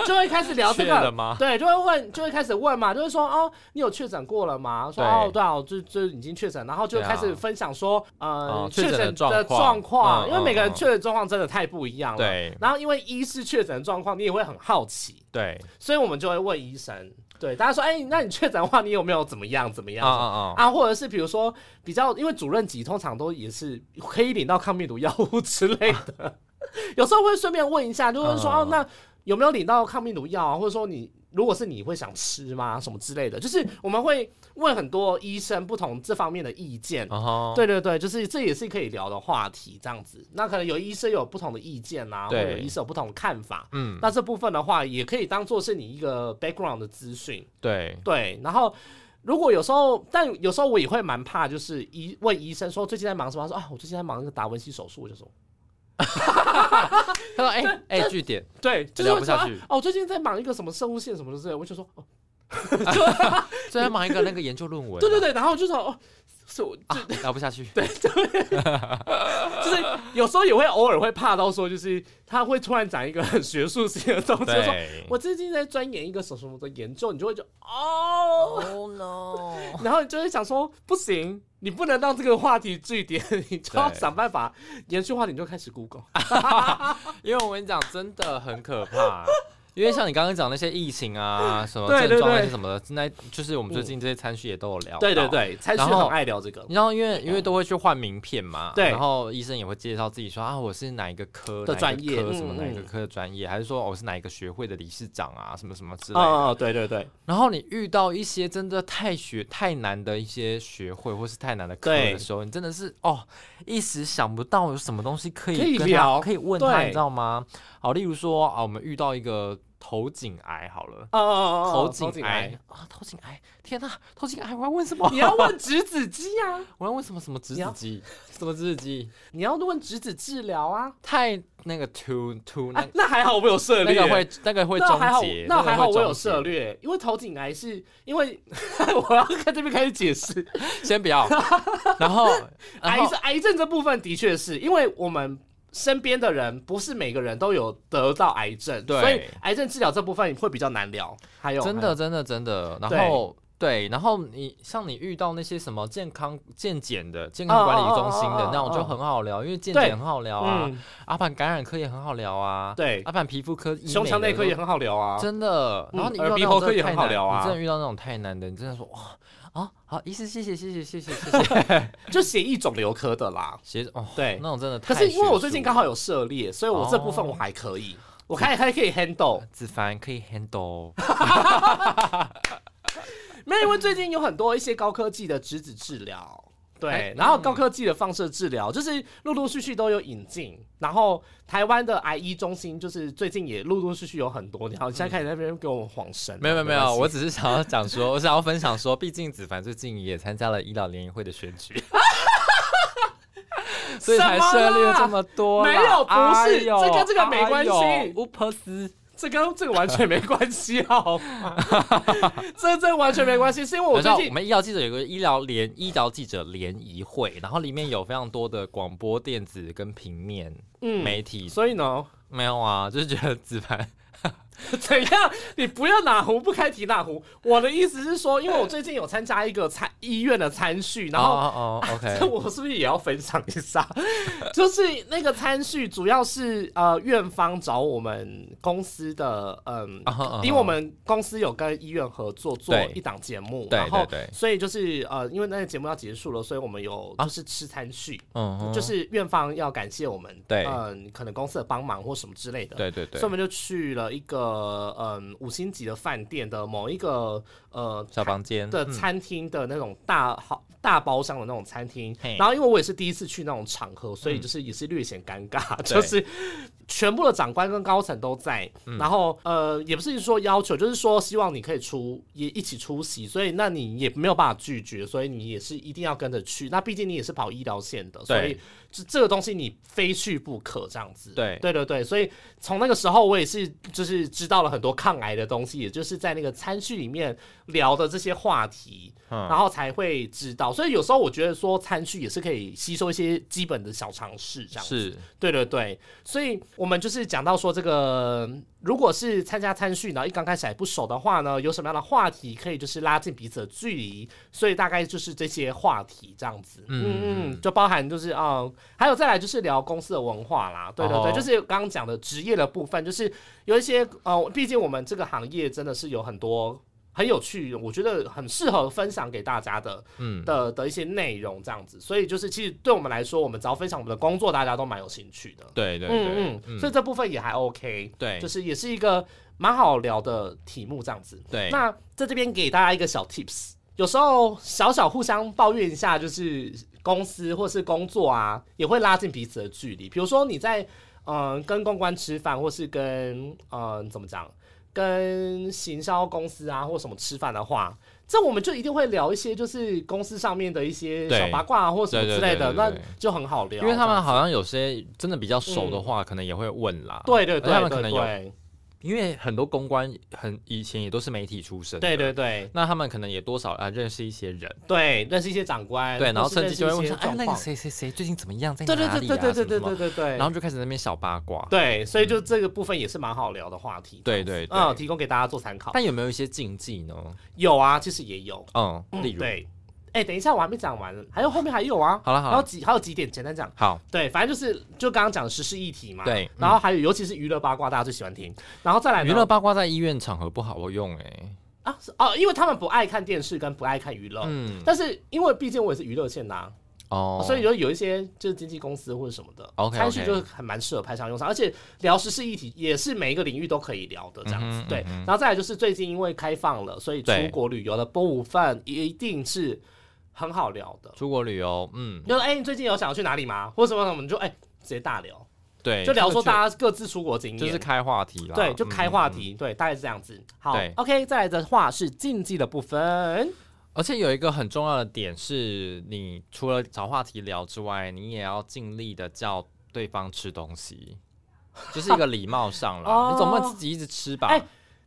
就会开始聊这
去了
个
吗
对，就会问，就会开始问嘛，就会说哦，你有确诊过了吗？说
对
哦，对啊，我就就已经确诊，然后就
对啊
开始分享说，
哦
呃，
确诊的
诊
状
的
况
状况，
嗯
因为每个
嗯
人
嗯
确诊状况真的太不一样了。
对
然后因为医师确诊的状况，你也会很好奇，
对
所以我们就会问医生，对大家说，哎、那你确诊的话，你有没有怎么样怎么样？
啊啊啊，
啊，或者是比如说比较，因为主任级通常都也是 可以领到抗病毒药物之类的，有时候会顺便问一下，就会说、
嗯
哦，那有没有领到抗病毒药啊，或者说你如果是你会想吃吗？什么之类的，就是我们会问很多医生不同这方面的意见。
然后
对对对，就是这也是可以聊的话题，这样子。那可能有医生有不同的意见啊，或
对
者有医生有不同的看法。
嗯，
那这部分的话，也可以当做是你一个 background 的资讯。
对，
对，然后如果有时候，但有时候我也会蛮怕，就是医问医生说最近在忙什么，他说啊，我最近在忙那个达文西手术，我就说
他说哎哎，据 点，
对，就是
聊
会
不
说
下
啊
去
哦，我最近在忙一个什么生物线什么之类的，我就说哦，
最后忙一个那个研究论文，
对对对，然后我就说哦，是我
啊，聊不下去，
就是有时候也会偶尔会怕到说，就是他会突然讲一个很学术性的东西，就说
对
我最近在钻研一个什么什么的研究，你就会就哦，
，Oh no，
然后你就会想说不行。你不能让这个话题据点， 你就要
对
想办法延续话题，你就开始 Google。
因为我跟你讲，真的很可怕。 因为像你刚刚讲那些疫情啊，什么
对对
症状那些
对嗯
什么的，那就是我们最近这些餐叙也都有聊。
对对，对，才是
然后嗯
很爱聊这个
你知道，因为因为都会去换名片嘛，
对
然后医生也会介绍自己说啊，我是哪一个科
的专业
哪一个科什么
嗯嗯
哪一个科的专业，还是说哦我是哪一个学会的理事长啊，什么什么之类的。
哦，对对对
然后你遇到一些真的太学太难的一些学会或是太难的科
对
的时候，你真的是哦，一时想不到有什么东西可以
可以
跟他
聊
可以问他，
对
你知道吗？好，例如说啊，我们遇到一个头颈癌好了。
哦哦
头
哦，
颈癌
癌，
啊，头颈癌！天呐，头颈癌！我要问什么？
你要问直子肌啊，
我要问什么？什么直
你
子
要
肌？什么直子肌？
你要问直子治疗啊。
太那个 too too 那
啊，那还好我有涉
嗯那
猎，
个会那个会
那
终
还好
结，，
那
个
还好
会
我有
终结
涉。猎，因为头颈癌是因为 我要看这边开始解释，
先不要，然 后 然
癌
后
症癌症这部分的确是因为我们。身边的人不是每个人都有得到癌症，
对
所以癌症治疗这部分会比较难聊。还有
真的，真的真的，然后。对，然后你像你遇到那些什么健康健检的健康管理中心
哦哦哦
的
哦
那种就
哦
很好聊，因为健
对
检很好聊
还有
啊，
嗯，
阿凡感染科也很好聊啊，
对
阿凡皮肤科、医美
胸腔内
的
科
都
也很好聊啊，
真的。然后你遇
嗯
到
耳鼻
那种
喉科
真的
也很
太
好
难
聊啊
你真的遇到那种太难的，你真的说哇啊好，医师谢谢谢谢谢谢谢谢，
就血液肿瘤科的啦。
写哦
对
那种真的太
可
学术了。
是因为我最近刚好有涉猎，所以我这部分我还可以，我还还可以 handle。
子凡可以 handle，
没有，因为最近有很多一些高科技的质子治疗，
哎
对，然后高科技的放射治疗，就是陆陆续续都有引进。然后台湾的癌医中心，就是最近也陆陆续续有很多。然后现在开始在那边给我们晃神，啊
没有没有没有，
关系
我只是想要讲说， 我想要分享说，毕竟子凡最近也参加了医疗联谊会的选 举，所以才涉猎这么多啦。
什么啦没有不
哎
是
呦
这跟这个没关系
哎呦乌珀斯，
这跟这个完全没关系，好 吗？这这完全没关系，是因为我
我知
最
道
近
我们医疗记者有个医疗联医疗记者联谊会，然后里面有非常多的广播电子跟平面
嗯
媒体，
所以呢，
没有啊，就是觉得子凡
怎样？你不要哪壶不开提哪壶。我的意思是说，因为我最近有参加一个参医院的参叙，然后。
哦哦哦 ，OK，
这我是不是也要分享一下？ 就是那个参叙，主要是呃，院方找我们公司的，嗯
啊哈啊哈，
因为我们公司有跟医院合作做
对
一档节目，
对
然后
对对
所以就是呃，因为那个节目要结束了，所以我们有就是吃参叙，
嗯哼，
就是院方要感谢我们，
对
嗯，可能公司的帮忙或什么之类的，
对对对
所以我，们就去了一个嗯五星级的饭店的某一个呃
小房间
的
嗯
餐厅的那种大好大包厢的那种餐厅
嘿。嗯
然后因为我也是第一次去那种场合，所以就是也是略显尴尬，就是全部的长官跟高层都在。
嗯
然后呃，也不是说要求，就是说希望你可以出也一起出席，所以那你也没有办法拒绝，所以你也是一定要跟着去。那毕竟你也是跑医疗线的，所以
对
这这个东西你非去不可这样子。
对
对对对，所以从那个时候我也是就是知道了很多抗癌的东西，也就是在那个餐叙里面聊的这些话题，
嗯
然后才会知道。所以有时候我觉得说餐叙也是可以吸收一些基本的小常识，这样子。
是
对对对，所以我们就是讲到说，这个如果是参加参训，然后一刚开始还不熟的话呢，有什么样的话题可以就是拉近彼此的距离？所以大概就是这些话题这样子，嗯嗯，就包含就是啊、嗯还有再来就是聊公司的文化啦，对对对，
哦
就是刚刚哦讲的职业的部分，就是有一些呃，毕竟我们这个行业真的是有很多。很有趣，我觉得很适合分享给大家的
嗯，
的的一些内容这样子。所以就是其实对我们来说，我们只要分享我们的工作，大家都蛮有兴趣的。
对对
嗯
对，
嗯，所以这部分也还 OK，
对
就是也是一个蛮好聊的题目这样子。
对，
那在这边给大家一个小 tips，有时候小小互相抱怨一下，就是公司或是工作啊，也会拉近彼此的距离。比如说你在嗯、呃跟公关吃饭，或是跟嗯、呃怎么讲，跟行销公司啊或什么吃饭的话。这我们就一定会聊一些，就是公司上面的一些
对
小八卦啊，或什么
对
之
对
类的，
对对
那
对
就很好聊。
因为他
这
们
样子嗯
好像有些真的比较熟的话，可能也会问啦。
对对
而且
对，
他们可能有，
对
因为很多公关很以前也都是媒体出身，
对对对
那他们可能也多少啊认识一些人，
对，认识一些长官，
对，然后
哎或是
甚
认
至
识
就会问
一些
说，哎，
状
那个
况
谁谁谁最近怎么样，在哪
对
里
对
啊？
对对对对对
什么
对
什么
对对，
然后就开始在那边小八卦。
对，所以就这个部分也是蛮好聊的话题。
对对对
嗯，提供给大家做参考。
但有没有一些禁忌呢？
有啊，其实也有，
嗯，例如，
对。哎、等一下，我还没讲完，还有后面还有啊。
好了好
还有
了，
几还有几点，简单讲。
好，
对，反正就是就刚刚讲的时事议题嘛。
对嗯
然后还有，尤其是娱乐八卦，大家最喜欢听。然后再来呢
娱乐八卦在医院场合不好用哎，
啊是哦，因为他们不爱看电视跟不爱看娱乐，
嗯，
但是因为毕竟我也是娱乐线的、啊，
哦，
所以就有一些就是经纪公司或者什么的
OK，OK
参叙就是很蛮适合派上用场，而且聊时事议题也是每一个领域都可以聊的这样子。
嗯哼
对
嗯，哼
然后再来就是最近因为开放了，所以出
对
国旅游的部分一定是很好聊的。
出国旅游，嗯，
就是哎、你最近有想要去哪里吗？或什么什么，你就哎、直接大聊，
对，
就聊说
这个
大家各自出国经验，
就就是开话题啦，
对，就开话
嗯。嗯嗯
题，对，大概是这样子。好
对
，OK，再来的话是禁忌的部分，
而且有一个很重要的点是，你除了找话题聊之外，你也要尽力的叫对方吃东西，就是一个礼貌上
哦
啦。你总不能自己一直吃吧？
哎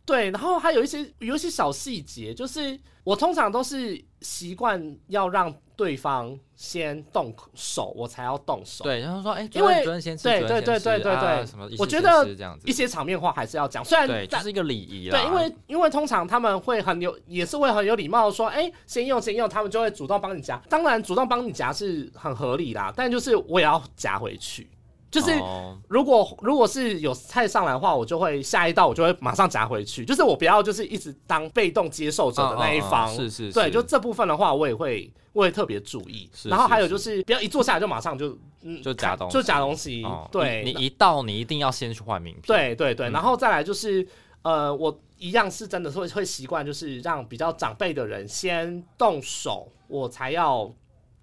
对，然后还有一些有一些小细节，就是我通常都是习惯要让对方先动手，我才要动手。，
对，然后说哎，
因为
主任先吃，
对
主任
对
先吃
对对
啊
对
什么一起先吃，
我觉得
这样子
一，些场面话还是要讲，虽然
对，就
但
是一个礼仪啦。
对，因为因为通常他们会很有，也是会很有礼貌地说，哎，先用先用，他们就会主动帮你夹。当然，主动帮你夹是很合理啦，但就是我也要夹回去，就是。
哦
如果如果是有菜上来的话，我就会下一道我就会马上夹回去，就是我不要就是一直当被动接受者的那一方，
嗯嗯嗯是是
对，
是
就这部分的话，我也会我也特别注意。
是
然后
是
还有就是不要一坐下来就马上就嗯
就夹东西
就夹东西，
哦
对，
你你一到你一定要先去换名片，，
对对对，
嗯
然后再来就是呃，我一样是真的会会习惯，就是让比较长辈的人先动手，我才要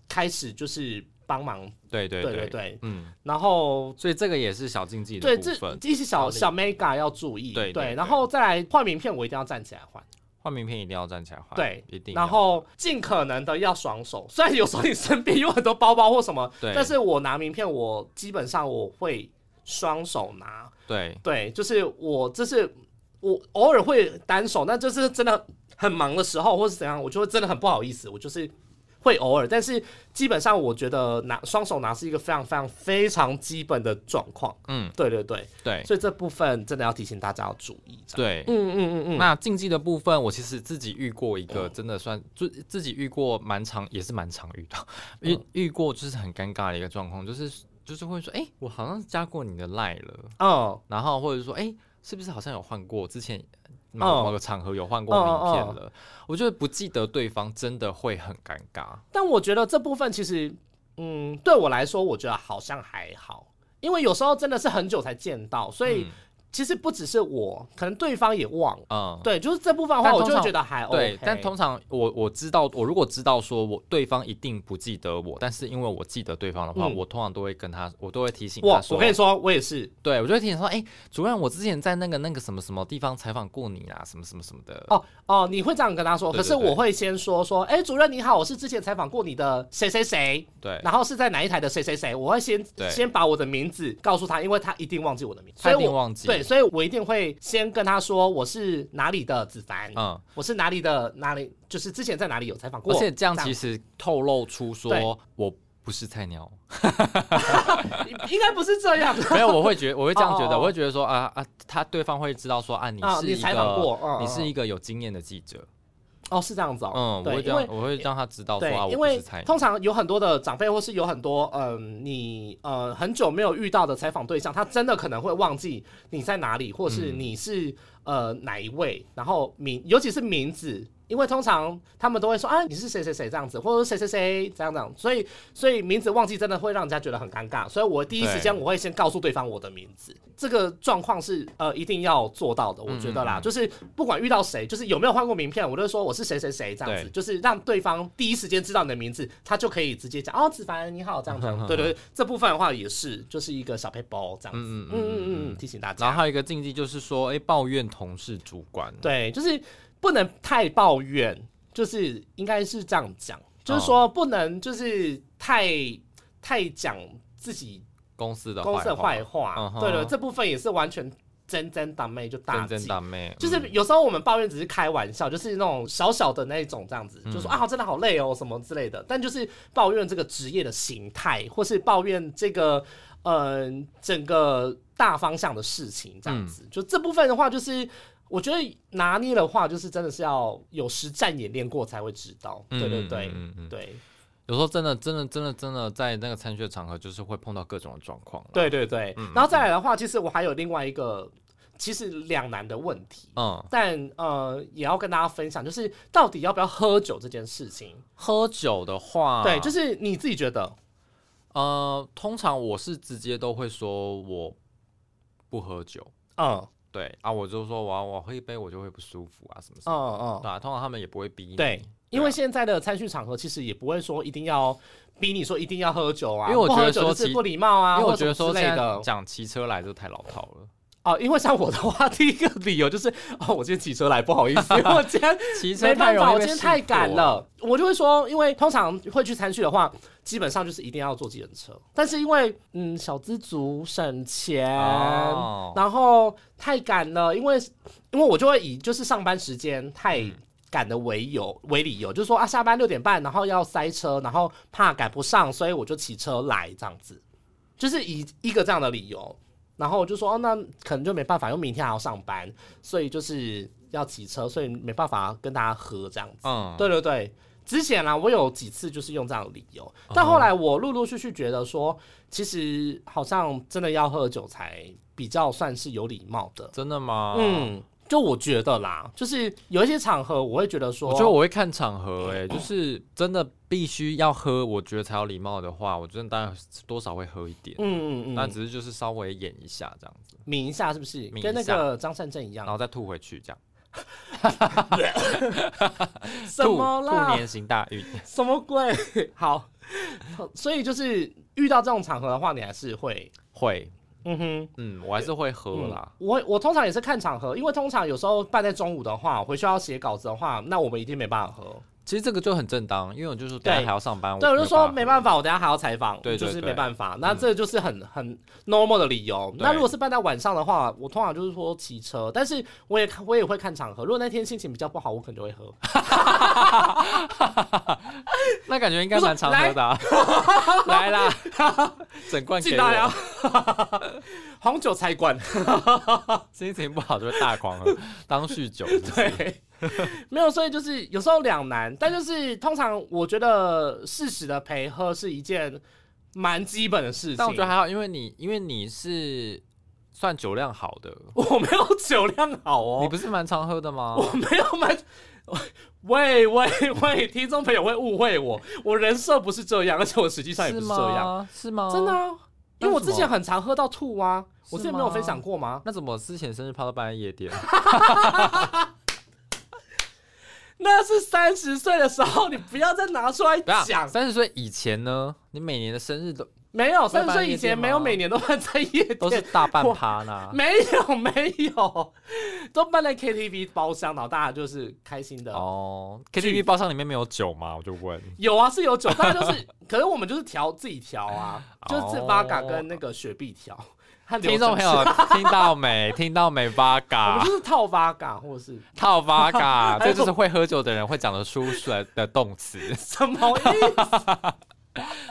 开始就是帮忙，
对对
对对对，
嗯，
然后
所以这个也是小禁忌的
对，
部
这
分。
这些
道
小
理
小 mega 要注意。
对对对
然后再来换名片，我一定要站起来换。
换名片一定要站起来换，
对
一定要。
然后尽可能的要双手，虽然有时候你身边有很多包包或什么，
对
但是我拿名片，我基本上我会双手拿。
对
对，就是我这是我偶尔会单手，那就是真的很忙的时候或是怎样，我就会真的很不好意思，我就是。会偶尔，但是基本上我觉得拿双手拿是一个非常非常非常基本的状况。
嗯，
对对对，
对
所以这部分真的要提醒大家要注意。这样
对，
嗯嗯嗯嗯，嗯
那竞技的部分，我其实自己遇过一个，真的算就自己遇过蛮常，也是蛮常遇到，
嗯
遇遇过就是很尴尬的一个状况，就是就是会说，哎、我好像加过你的赖了，
哦，
然后或者说，哎、是不是好像有换过之前
哦
某某个场合有换过名片了？我觉得不记得对方真的会很尴尬，
但我觉得这部分其实，嗯，对我来说，我觉得好像还好，因为有时候真的是很久才见到，所以
嗯
其实不只是我，可能对方也忘了。
嗯。
对，就是这部分的话，
但
我
通
就会
常
觉得还 OK。
对，但通常我我知道，我如果知道说我对方一定不记得我，但是因为我记得对方的话，
嗯
我通常都会跟他，我都会提醒
我
他说，
我跟你说，我也是
对，我就会提醒说，哎、主任，我之前在那个那个什么什么地方采访过你啊，什么什么什么的。
哦哦，你会这样跟他说，
对
可是
对对
我会先说说，哎，主任你好，我是之前采访过你的谁谁谁，
对，
然后是在哪一台的谁谁谁，我会先
对
先把我的名字告诉他，因为他一定忘记我的名字，
他
所
一
以
定
我
忘记
对，所以我一定会先跟他说我是哪里的子凡，
嗯，
我是哪里的哪里，就是之前在哪里有采访过。
而且这样
这样
其实透露出
对
说我不是菜鸟，
应该不是这样。
没有，我会觉我会这样觉
哦哦
得，
哦
我会觉得说啊啊，他对方会知道说啊，你
啊
是
你
一
采访过嗯
个
嗯
你是一个有经验的记者，
哦，是这样子哦，
嗯，我
对，
会
因
让
为
我会让他知道说
对
啊，，我
因
不
为
是菜鸟。
通常有很多的长辈，或是有很多嗯，你呃很久没有遇到的采访对象，他真的可能会忘记你在哪里，或是
嗯
你是、呃哪一位，然后名，尤其是名字，因为通常他们都会说啊你是谁谁谁这样子，或者是谁谁谁这样这样，所以所以名字忘记真的会让人家觉得很尴尬，所以我第一时间我会先告诉对方我的名字，这个状况是呃一定要做到的，我觉得
嗯
啦，
嗯嗯
就是不管遇到谁，就是有没有换过名片，我都会说我是谁谁谁这样子，
对
就是让对方第一时间知道你的名字，他就可以直接讲哦子凡你好这样
嗯
讲，对对对，这部分的话也是就是一个小背包这样子，嗯
嗯嗯嗯
嗯
嗯
嗯
嗯
嗯，提醒大家，
然后还有一个禁忌就是说，哎，抱怨同事、主管。
对，就是不能太抱怨，就是应该是这样讲，
哦
就是说不能就是太太讲自己
公司的
公司的坏话。
嗯哼
对了，这部分也是完全真真当妹就大
真
忌。
真大妹，
就是
嗯
有时候我们抱怨只是开玩笑，就是那种小小的那一种这样
嗯
子，就说啊真的好累哦什么之类的。但就是抱怨这个职业的形态，或是抱怨这个嗯、呃整个大方向的事情这样子。
嗯
就这部分的话，就是我觉得拿捏的话，就是真的是要有实战演练过才会知道。
嗯
对对
嗯
对、
嗯嗯嗯
对
有时候真的真的真的真的在那个参选场合，就是会碰到各种的状况。，
对对对。
嗯
然后再来的话，其实我还有另外一个其实两难的问题。
嗯，
但呃，也要跟大家分享，就是到底要不要喝酒这件事情。
喝酒的话，
对，就是你自己觉得
呃，通常我是直接都会说我不喝酒，
嗯，
对啊，我就说我要我喝一杯我就会不舒服啊什么什
嗯
么，
嗯嗯，
对啊，通常他们也不会逼你，
对，因
啊
为现在的餐叙场合其实也不会说一定要逼你说一定要喝酒啊，
因为我
不
觉
喝
得
酒
说
就是
其
不礼貌啊，
因为
或
我
者
觉得
什么
说
之
现在
类的
讲骑车来就太老套了，
哦。因为像我的话，第一个理由就是哦，我今天骑车来，不好意 思，因为我今天
骑车
没
太
办
容易
法，我
被
今天
识
太赶
破，
了，我就会说，因为通常会去餐叙的话，基本上就是一定要坐计程车，但是因为嗯，小资族省钱，
哦
然后太赶了，因为因为我就会以就是上班时间太。赶的为由为理由，就是说啊，下班六点半，然后要塞车，然后怕赶不上，所以我就骑车来这样子，就是以一个这样的理由，然后我就说哦，那可能就没办法，因为明天还要上班，所以就是要骑车，所以没办法跟大家喝这样子。
嗯，
对对对，之前啊，我有几次就是用这样的理由，
嗯
但后来我陆陆续续觉得说，其实好像真的要喝酒才比较算是有礼貌的。
真的吗？，
嗯，就我觉得啦，就是有一些场合我会觉得说，
我觉得我会看场合、欸，哎，就是真的必须要喝，我觉得才有礼貌的话，我真的当然多少会喝一点，
嗯嗯
但
嗯，
只是就是稍微演一下这样子，
抿一下是不是
抿一
跟那
下哦
个张善政一
然
样？
后再吐回去这样，
什
吐
么
兔
啦？
年行大运，
什么鬼？ 好，所以就是遇到这种场合的话，你还是会，
会，
嗯哼。
嗯，我还是会喝啦，
我我通常也是看场合，因为通常有时候办在中午的话，回去要写稿子的话，那我们一定没办法喝。
其实这个就很正当，因为我就说等下
对
还要上班，
对，我就说没办
法
法，我等下还要采访，
对对
就
对
是
嗯
没办法。那这就是很很 normal 的理由。
对
那如果是办在晚上的话，我通常就是说骑车，但是我也看我也会看场合。如果那天心情比较不好，我可能就会喝。
喝， 那感觉应该蛮常喝的、啊， 来啊啦，整罐
记
给
得
我
呀，，红酒才管。
心情不好就会大狂 喝，当酗酒是不是，
对，没有，所以就是有时候两难，但就是通常我觉得适时的陪喝是一件蛮基本的事情。
但我觉得还好，因为你因为你是算酒量好的，
我没有酒量好哦，
你不是蛮常喝的吗？
我没有买。喂喂喂，听众朋友会误会我，我人设不是这样，而且我实际上也不是这样，
吗？是吗？
真的、啊，因为我之
那是什
前
么
很常喝到吐啊，我之前没有
是吗
分享过吗？
那怎么之前生日趴都办在夜 店？
那是三十岁的时候，你不要再拿出来
等一下，
讲。
三十岁以前呢？你每年的生日都
没有，三
办
十岁以前没有
夜店吗
每年都办在夜店，
都 是大半趴呢？
没有没有，都办在 KTV 包厢，然后大家就是开心的。
哦，KTV 包厢里面没有酒吗？我就问。
有啊，是有酒，但就是，可是我们就是调自己调啊，就是自
哦
八嘎跟那个雪碧调。和
听众朋
柳
友啊 听到没？听到没？八
橙汁，我们
嘎
就是套八嘎或者是
套八嘎，
还有
这就是会喝酒的人会讲的出来的动 词。
什么意思？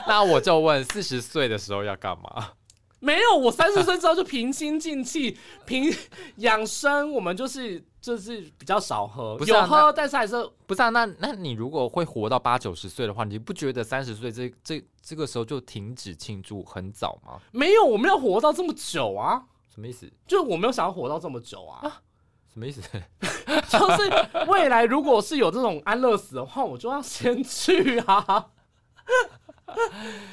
那我就问，四十岁的时候要干嘛？
没有，我三十岁之后就平心静气，平养生，我们就是就是比较少喝，
不是啊
有喝，但是还是
不是啊，那那你如果会活到八九十岁的话，你不觉得三十岁这这这个时候就停止庆祝很早吗？
没有，我没有活到这么久啊，
什么意思？
就是我没有想要活到这么久啊，
什么意思？
就是未来如果是有这种安乐死的话，我就要先去啊。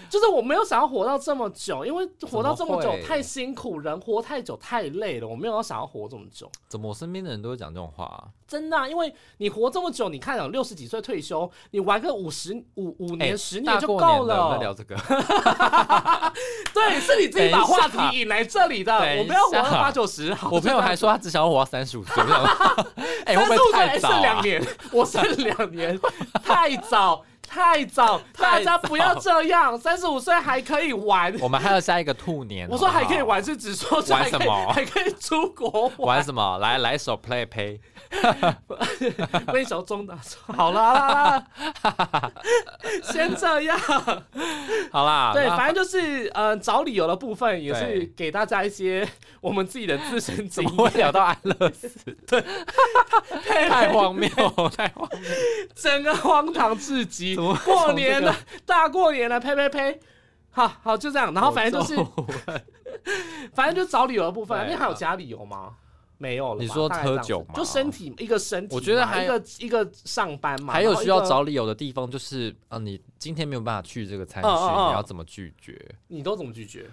就是我没有想要活到这么久，因为活到这么
怎
久
么会
太辛苦，人活太久太累了，我没有想要活这么久。
怎么我身边的人都会讲这种话、啊？
真的啊、因为你活这么久，你看啊，六十几岁退休，你玩个五十五五年、
哎
十
大
年就
过
够
年的，我们在。
了
聊这个。
对，是你自己把
等一
话
下
题引来这里的，
等一
我不要活到
下
八九十。好
我朋友还说他只想要活到三十五岁，我想说 哎、会
三
不
十
会
五岁
太
还
早、
剩两
啊？
年，我剩两年，太早，太 早，大家不要这样。三十五岁还可以玩，
我们还有下一个兔年。
我说
好不好
还可以，玩是指说就
哦玩
还可以
什么
还可以出国玩，
玩什么？来来一首 play play。
那一首中打好啦啦啦， 先这样。
好啦，
对，
那
反正就是呃，找理由的部分也是
对
给大家一些我们自己的自身经
怎么会
验，
聊到安乐死？ 对， 太荒谬，太荒谬。
整个荒唐至极。
怎么会
过
从
年
这
了
个，
大过年了，呸呸呸！好好就这样，然后反正就是，反正就找理由的部分。啊
对
那还有其他理由吗？没有了吧。
你说
大概这样子
喝酒吗
就身体一个身体嘛，
我觉得还
一个一个上班 嘛，
还有
然后一
需
个
要找理由的地方，就是啊，你今天没有办法去这个餐
嗯
厅，
嗯嗯
你要怎么拒绝？
你都怎么拒绝？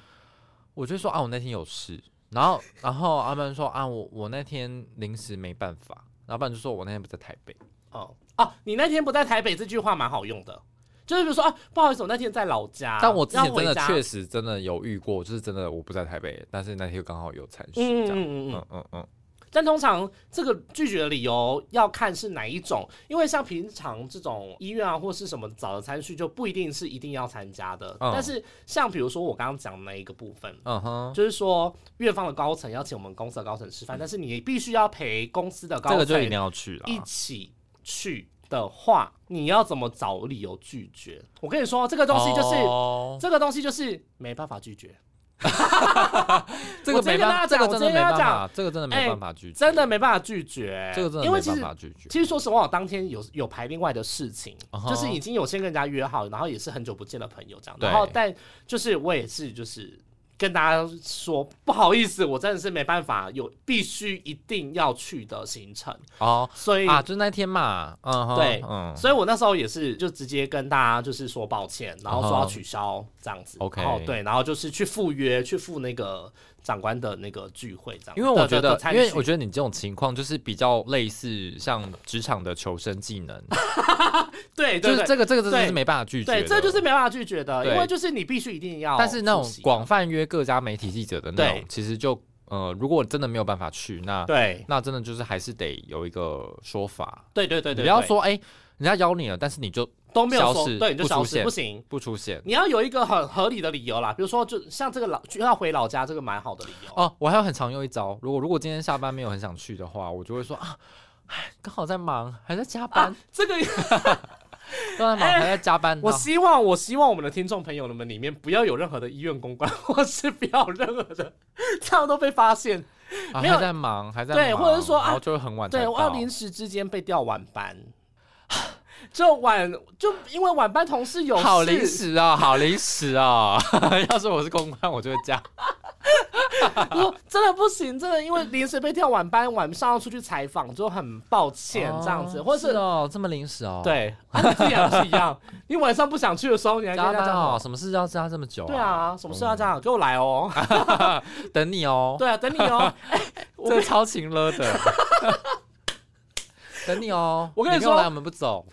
我就说啊，我那天有事，然后然后阿曼说啊，我我那天临时没办法，老板就说我那天不在台北，
哦哦，你那天不在台北这句话蛮好用的，就是比如说啊，不好意思，我那天在老家，
但我之前
啊要回
真的
家
确实真的有遇过，就是真的我不在台北，但是那天刚好有餐叙
嗯
这样，
嗯嗯嗯
嗯嗯嗯，
但通常这个拒绝的理由要看是哪一种，因为像平常这种医院啊或是什么早的餐序就不一定是一定要参加的。
嗯
但是像比如说我刚刚讲的那一个部分，
嗯哼，
就是说院方的高层要请我们公司的高层吃饭，但是你必须要陪公司的
嗯这
高
个就一定
层
要去了。
一起去的话，你要怎么找理由拒绝？我跟你说，这个东西就是、
哦
这个东西就是没办法拒绝。
这
我
个
直接
没
跟大
办，
家
这
讲
个真的没办
我直接跟大
法，这个真的
哎
没办法拒绝，哎
真的没办法拒绝，
这个真的
因为
没
其
办
实
法拒绝。
其实说实话，我当天有有排另外的事情
啊哈
就是已经有先跟人家约好，然后也是很久不见的朋友这样，
对
然后但就是我也是就是跟大家说不好意思，我真的是没办法，有必须一定要去的行程，
哦
所以、
啊，就是那天嘛，嗯哼，
对
嗯，
所以我那时候也是就直接跟大家就是说抱歉，然后说
啊哈
要取消这样子
OK
然后对，然后就是去赴约，去赴那个长官的那个聚会这样，
因为我觉
的
得
的的，餐
因为
叙
我觉得你这种情况就是比较类似像职场的求生技能，
对，
就
对
是
对
这个这个真的
对
是没办法拒绝的，
对，这就是没办法拒绝的，
对
因为就是你必须一定要出席。
但是那种广泛约各家媒体记者的那
对
种，其实就呃，如果真的没有办法去，那
对
那真的就是还是得有一个说法，
对对对对，
你不要
对
说哎、人家邀你了，但是你就
都没有
消
说，
失
对，你就
不
消
出
失
现
不行。
不出现。
你要有一个很合理的理由啦，比如说，就像这个老要回老家，这个蛮好的理由。
哦，我还有很常用一招，如果如果今天下班没有很想去的话，我就会说啊，哎，刚好在忙，还在加班
啊，，这个
刚、在忙，
哎
还在加班。
我
啊
希望，我希望我们的听众朋友们里面不要有任何的医院公关， 或是不要有任何的，这样都被发现。
啊
没有
还在忙，还在
对
忙
或者是说啊
然后就会很晚才
对，
到。
我要临时之间被调晚班， 就晚就因为晚班同事有
好
事
临时啊、好临时啊、 要是我是公关，我就会这样。啊
我真的不行，真的因为临时被调晚班，晚上要出去采访，就很抱歉这样子，
哦
或者是
哦，这么临时哦。，
对，啊，你自己还是 一样，你晚上不想去的时候，你还跟
加
他
班哦，
讲，
什么事要加这么久、
对啊，什么事要这样，给我来哦，
嗯，等你哦。
对啊，等你哦，我
这超勤了 的。等你哦，
我跟你
你没有
说
来我们不走。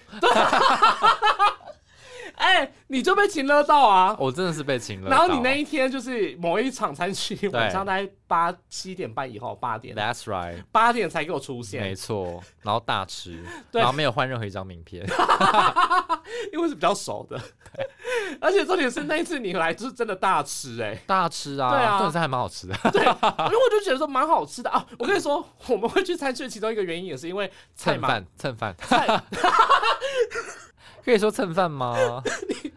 哎，你就被擒了到啊。
我真的是被勤哦了到。哦
然后你那一天就是某一场餐区，晚上大概八七点半以后，八点
，That's right，
八点才给我出
没
现，
错。然后大吃，
对
然后没有换任何一张名 片。
因为是比较熟的， 而且重点是那一次你来就是真的大吃哎、
大吃啊，
对啊
重点是还蛮好吃的。啊
因为我就觉得说蛮好吃的啊！我跟你说，我们会去餐区，其中一个原因也是因为菜
蹭
嘛，
饭，蹭饭，
菜
可以说蹭饭吗？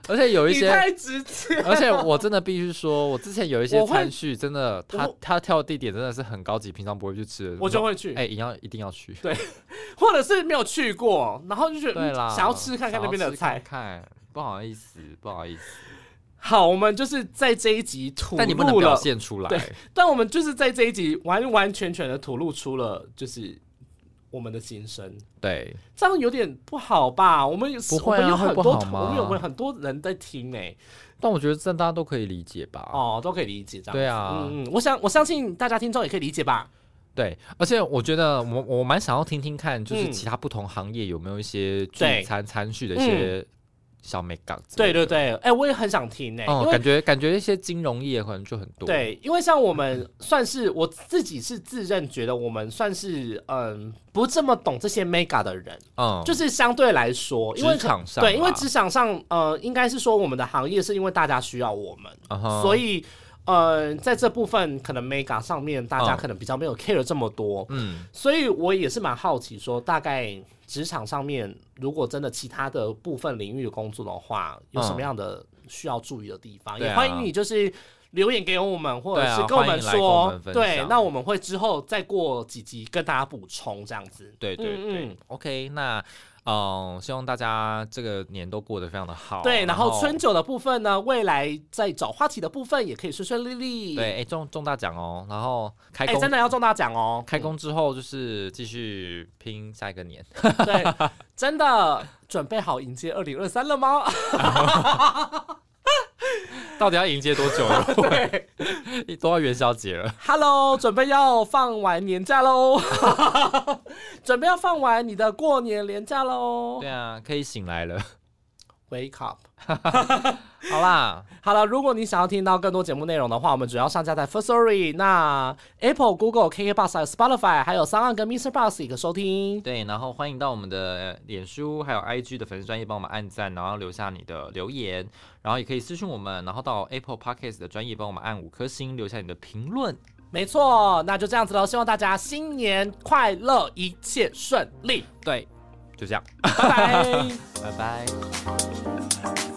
而且有一
你
些，
太直接了，
而且我真的必须说，我之前有一些
我会
餐序，真的，他
我
他挑的地点真的是很高级，平常不会去吃的。
我就会去，
哎，一样一定要去。
或者是没有去过，然后就觉得
对
嗯
啦，
想要吃看看那边
想要
的菜
吃。看看不好意思，不好意思，
好，我们就是在这一集吐
但你不能
露
表
了，
现出来
对。但我们就是在这一集完完全全的吐露出了就是我们的心声，
对，
这样有点不好吧？我们有
不会啊
我们有
会
很
不
多
好
我们
吗
有我们很多人在听哎、
但我觉得这大家都可以理解吧。
哦，都可以理解这样。
对啊
嗯，嗯我想我相信大家听众也可以理解吧。
对，而且我觉得我我蛮想要听听看，就是
嗯
其他不同行业有没有一些
对嗯
聚餐餐序的一些小美感。
对对，对，哎、我也很想听哎、
哦
因，为
感觉感觉一些金融业可能就很多。，
对，因为像我们算是我自己是自认觉得我们算是嗯不这么懂这些 mega 的人，
嗯，
就是相对来说，因为
职场上
对，因为
啦
职场上呃应该是说我们的行业是因为大家需要我们，所
以
以呃在这部分可能 mega 上面大家
嗯
可能比较没有 care 这么多，
嗯，
所以我也是蛮好奇说大概。职场上面，如果真的其他的部分领域的工作的话，有什
嗯
么样的需要注意的地方？
对
也
啊
欢迎你就是留言给我们，或者
对啊
是跟我们
欢迎来跟
说，
我们分
对，
享
那我们会之后再过几集跟大家补充这样子。
对对
嗯
对
嗯
，OK，那嗯，希望大家这个年都过得非常的好。
对，然后春酒的部分呢，未来在找话题的部分也可以顺顺利利。
对，，哎中中大奖哦，然后开
哎、
工
真的要中大奖 哦！
开工之后就是继续拼下一个年。
对，真的准备好迎接二零二三了吗？
到底要迎接多久了？ 对， 都要元宵节了。
Hello，准备要放完年假喽， 准备要放完你的过年年假喽
对。啊，可以醒来了。
Wake up！
好啦，
好了，如果你想要听到更多节目内容的话，我们主要上架在 First Story、那 Apple、Google、KK Bus、还有 Spotify，还有 s o n 跟 Mr. Bus 也可收听。
对，然后欢迎到我们的呃脸书还有 IG 的粉丝专业帮我们按赞，然后留下你的留言，然后也可以私讯我们，然后到 Apple Podcast 的专业帮我们按五颗星，留下你的评论。
没错，那就这样子喽，希望大家新年快乐，一切顺利，
对，就这样，
拜拜。
拜拜。